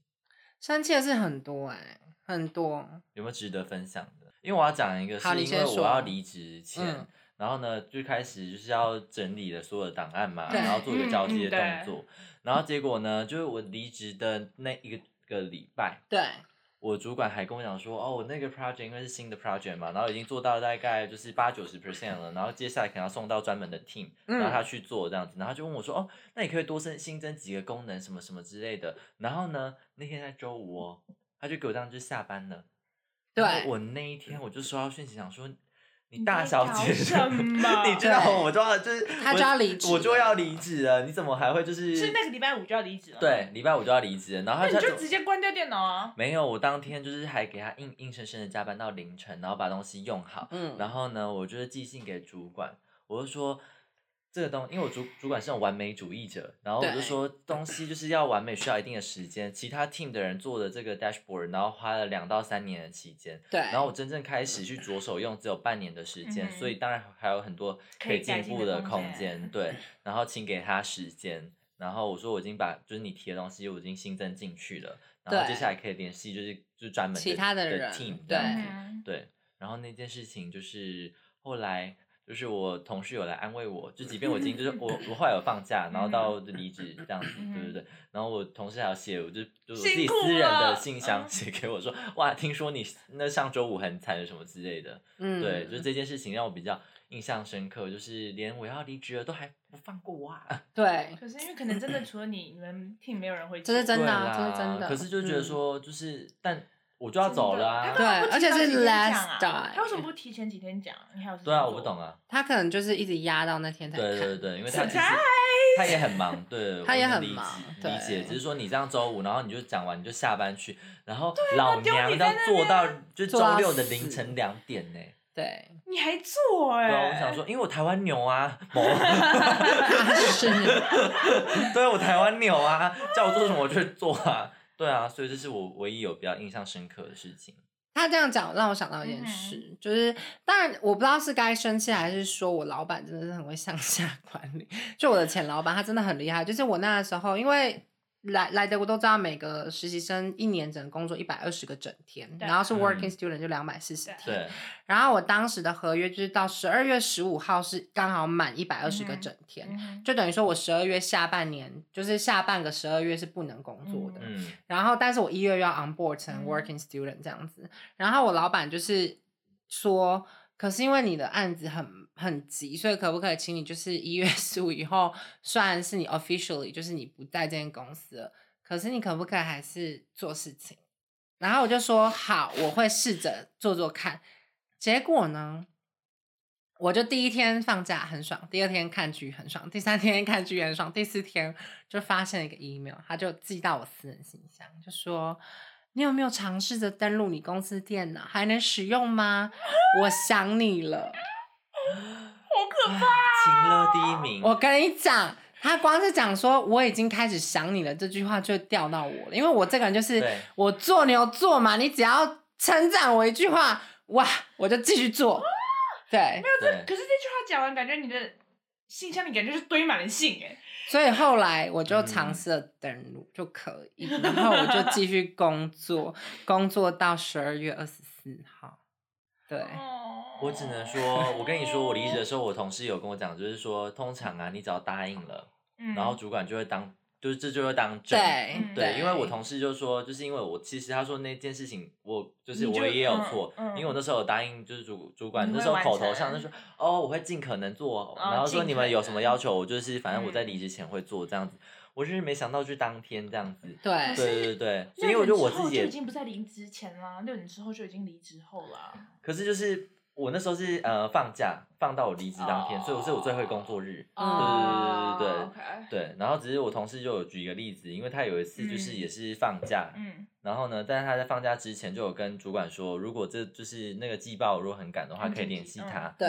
B: 生气的事很多哎、很多。
A: 有没有值得分享的？因为我要讲一个，
B: 好
A: 是
B: 你
A: 因
B: 先
A: 为
B: 说
A: 我要离职前，
B: 嗯
A: 然后呢就开始就是要整理了所有的档案嘛，
B: 对
A: 然后做一个交接
C: 嗯嗯
A: 的动作，然后结果呢，就是我离职的那一个个礼拜。
B: 对，
A: 我主管还跟我讲说，哦，我那个 project 因为是新的 project 嘛，然后已经做到大概就是八九十 percent 了，然后接下来可能要送到专门的 team，
B: 嗯
A: 然后他去做这样子，然后他就问我说，哦，那你可以多增新增几个功能什么什么之类的。然后呢，那天在周五哦，他就给我这样就下班了。
B: 对
A: 然后我那一天我就收到讯息，想说你大小姐，
C: 你在搞什么
A: 你知道
B: 对
A: 我就要就是
B: 他就要离职
A: 我，我就要离职了，你怎么还会就是
C: 是那个礼拜五就要离职了。，
A: 对礼拜五就要离职了，然后
C: 那
A: 他
C: 你
A: 就
C: 就直接关掉电脑啊。
A: 没有，我当天就是还给他硬硬生生的加班到凌晨，然后把东西用好，
B: 嗯，
A: 然后呢，我就是寄信给主管，我就说这个东，因为我主主管是那种完美主义者，然后我就
B: 对
A: 说东西就是要完美，需要一定的时间。其他 team 的人做的这个 dashboard，然后花了两到三年的期间，
B: 对，
A: 然后我真正开始去着手用，只有半年的时间，
C: 嗯哼
A: 所以当然还有很多
C: 可
A: 可以
C: 以改
A: 进
C: 进
A: 步
C: 的
A: 的
C: 空
A: 空
C: 间
A: 间，对。然后请给他时间，然后我说我已经把就是你提的东西我已经新增进去了，然后接
B: 对
A: 下来可以联系就是就专门
B: 其他的
A: 的
B: 人
A: team 这
B: 对
A: 样子
C: 嗯
A: 对，然后那件事情就是后来就是我同事有来安慰我，就即便我已经就是我我后来有放假，然后到
B: 嗯
A: 就离职这样子，对对对。然后我同事还有写，我就就我自己
C: 辛苦
A: 私人的
C: 了
A: 信箱
C: 嗯
A: 写给我说，哇，听说你那上周五很惨什么之类的，
B: 嗯，
A: 对，就这件事情让我比较印象深刻，就是连我要离职了都还不放过我啊，
B: 对，
C: 可是因为可能真的除了你，你们 team 没有人会
B: 这是
C: 做
B: 真的
A: 对
B: 啊这是
A: 啦
B: 真的
A: 可是就觉得
B: 嗯哎
A: 说，就是但我就要
C: 真
A: 走
C: 的
A: 了
C: 他
A: 啊，
C: 干嘛不
B: 对而且
C: 提早
B: 是
C: 几天讲
B: last
C: 啊
B: die
C: 他为什么不提前几天讲？你还有
A: 对啊，我不懂啊。
B: 他可能就是一直压到那天才
A: 对
B: 看，
A: 对对，因为他其实
C: Surprise！
A: 他也很忙，对，
B: 他
A: 我
B: 也
A: 能
B: 很
A: 理解
B: 忙
A: 理解。
B: 对
A: 只是说你这样周五，然后你就讲完你就下班去，然后老娘
C: 丢
A: 要
C: 你在那
A: 做
C: 边
A: 到就周
B: 做到
A: 六的凌
B: 死
A: 晨两点呢、
B: 对，
C: 你还做哎、
A: 对啊，我想说，因为我台湾牛啊， 某
B: 是，
A: 对我台湾牛啊，叫我做什么我就做啊，对啊，所以这是我唯一有比较印象深刻的事情。
B: 他这样讲让我想到一
C: 嗯
B: 件事，就是当然我不知道是该生气还是说我老板真的是很会向下管理。就我的前老板，他真的很厉害。就是我那时候，因为来来德国都知道，每个实习生一年只能工作一百二十个整天，
C: 对
B: 然后是
A: 嗯
B: working student 就两百四十
C: 对
B: 天。
A: 对，
B: 然后我当时的合约就是到十二月十五号是刚好满一百二十个
C: 嗯哼
B: 整天，
C: 嗯哼
B: 就等于说我十二月下半年，就是下半个十二月是不能工作的。
A: 嗯，
B: 然后但是我一月又要 on board 成
C: 嗯
B: working student 这样子，然后我老板就是说，可是因为你的案子很很急，所以可不可以请你就是一月十五以后，虽然是你 officially 就是你不在这间公司了，可是你可不可以还是做事情？然后我就说好，我会试着做做看。结果呢，我就第一天放假很爽，第二天看剧很爽，第三天看剧很爽，第四天就发现了一个 email，他就寄到我私人信箱，就说：“你有没有尝试着登录你公司电脑，还能使用吗？我想你了。
C: 好可怕！
A: 情乐第一”名，
B: 我跟你讲，他光是讲说我已经开始想你了这句话就调到我了，因为我这个人就是
A: 对
B: 我做牛做马，你只要称赞我一句话，哇，我就继续 做。对，
A: 对
C: 可是这句话讲完，感觉你的信箱里感觉是堆满了信哎、
B: 所以后来我就
A: 嗯
B: 尝试了登录就可 以，然后我就继续工作，工作到十二月二十四号。对，
C: 哦
A: 我只能说，我跟你说，我离职的时候，我同事有跟我讲，就是说，通常啊，你只要答应了，
C: 嗯
A: 然后主管就会当，就是这就会当真。
B: 对
C: 嗯
A: 对，因为我同事就说，就是因为我其实他说那件事情，我就是
C: 你
A: 我
C: 就
A: 也有
C: 嗯
A: 错，
C: 嗯
A: 因为我那时候有答应就是主主管
C: 你
A: 那
C: 会
A: 时候
C: 完
A: 口头
C: 成
A: 上就说哦我会尽可能做，
C: 哦
A: 然后说
C: 尽
A: 你
C: 可
A: 们有什
C: 能
A: 么要求，我就是反正我在
C: 嗯
A: 离职前会做这样子，我就是没想到就当天这样子，
B: 对
C: 是
A: 对对对，所以
C: 六
A: 我觉
C: 年之
A: 得我
C: 后
A: 自己
C: 就
A: 也
C: 已经不在离职前啦，六年之后就已经离职后啦。
A: 可是就是我那时候是呃放假放到我离职当天，所以我是我最会工作日。
B: 哦
A: 对对对对对
C: OK，
A: 对，然后只是我同事就有举一个例子，因为他有一次就是
C: 嗯
A: 也是放假，
C: 嗯
A: 然后呢，但是他在放假之前就有跟主管说，如果这就是那个季报如果很赶的话，
C: 嗯
A: 可以联系他。
B: 对，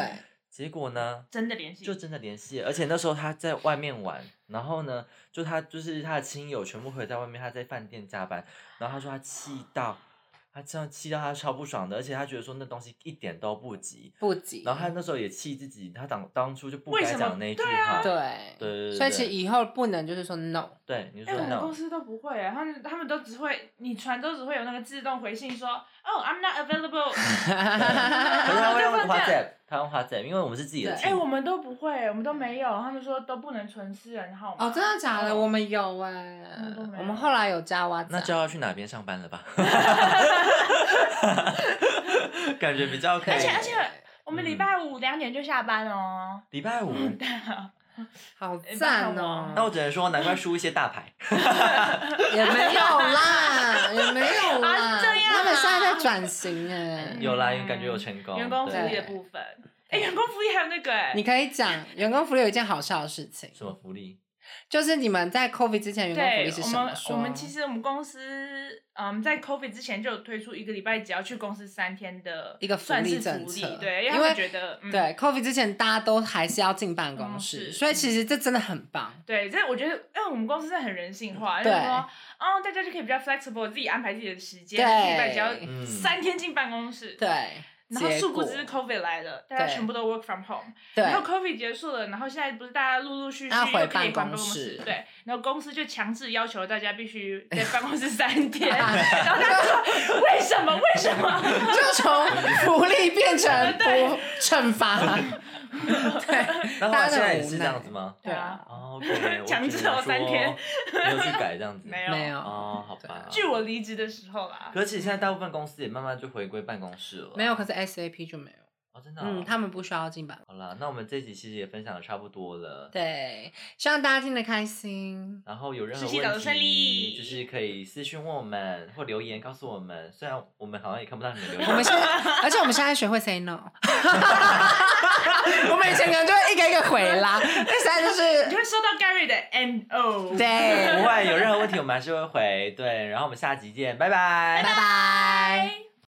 A: 结果呢，
C: 真的联系
A: 就真的联系了，而且那时候他在外面玩，然后呢，就他就是他的亲友全部回在外面，他在饭店加班，然后他说他气到，他这样气到他超不爽的，而且他觉得说那东西一点都不急，
B: 不急。
A: 然后他那时候也气自己，他当当初就不
C: 为
A: 该
C: 什么
A: 讲那句
C: 对啊
A: 话，
B: 对
A: 对对对
B: 所以其实以后不能就是说 no，
A: 对，你就
C: 哎、
A: 说
C: 我们
A: no，
C: 公司都不会、欸，他们他们都只会，你传都只会有那个自动回信说，哦，I'm not available
A: 可是他会用
C: 就 放假
A: WhatsApp，他用 WhatsApp，因为我们是自己的
B: 对
A: 亲
C: 哎、我们都不会、我们都没有，他们说都不能存私人号码。
B: 哦，真的假的？
C: 嗯
B: 我们有哎、
C: 们都没
B: 我
C: 有
B: 们后来有加啊 WhatsApp，
A: 那就要去哪边上班了 吧？感觉比较可以。
C: 而且而且我们礼
B: 嗯
C: 拜五两点就下班哦。
A: 礼拜五，
B: 好
C: 哎
B: 赞
C: 帮我
B: 哦、
A: 那我只能说，难怪输一些大牌。
C: 哎
B: 也没有 啦，也没有啦，
C: 啊是这样啊
B: 他们现在在转型哎、
A: 有啦，感觉有成功。
C: 嗯员工福
A: 对
C: 利的部分，哎，员工福利还有那个哎，
B: 你可以讲员工福利有一件好笑的事情，
A: 什么福利？
B: 就是你们在 COVID 之前员工福利
C: 对
B: 是
C: 我
B: 什么啊
C: 们，
B: 说？
C: 我们其实我们公司，嗯，在 COVID 之前就有推出一个礼拜只要去公司三天的
B: 一个福
C: 算
B: 利
C: 是
B: 政
C: 福利
B: 策因
C: 对，因为他们
B: 为
C: 觉得，嗯、
B: 对 COVID 之前大家都还是要进办公
C: 公
B: 室，
C: 室
B: 所以其实这真的很棒。
C: 对，这我觉得，因为我们公司是很人性化，就
B: 对
C: 是说，哦，大家就可以比较 flexible，自己安排自己的时间，
B: 对
C: 一个礼拜只要
A: 嗯
C: 三天进办公室，，
B: 对，
C: 然后
B: 结
C: 殊不
B: 果
C: 知 COVID 来了，大家
B: 对
C: 全部都 work from home，
B: 对
C: 然后 COVID 结束了，然后现在不是大家陆陆续续
B: 要
C: 又
B: 回
C: 可
B: 办
C: 以回
B: 公
C: 办公
B: 室
C: 室，对，然后公司就强制要求大家必须在办公室 三天， 然后大家说为什么？为什么？
B: 就从福利变成不惩罚，对，
A: 那后
B: 大
A: 来
B: 家
A: 现
B: 都
A: 在
B: 很
A: 也
B: 无
A: 是这
B: 奈
A: 样子吗？
B: 对啊
C: 啊，
A: 哦，OK，我
C: 强制我三天
A: 觉得说没有去改这样子，
C: 没有
B: 没有，
A: 哦，好吧。
C: 据我离职的时候啦，
A: 可是其实现在大部分公司也慢慢就回归办公室了，
B: 没有，可是 SAP 就没有，
A: 哦，真的哦，
B: 嗯，他们不需要进办。
A: 好啦，那我们这集其实也分享的差不多了。
B: 对，希望大家听得开心。
A: 然后有任何
C: 实习找
A: 问
C: 得顺
A: 题，
C: 利
A: 就是可以私讯问我们或留言告诉我们。虽然我们好像也看不到你们留言，
B: 我们现在， 而且我们现在学会 say no。我们以前可能就会一个一个回 拉，但现在就
C: 你
B: 是
C: 会收到 Gary 的 N O。
B: 对，
A: 不会有任何问题，我们还是会回。对，然后我们下集见，拜拜
B: 拜拜。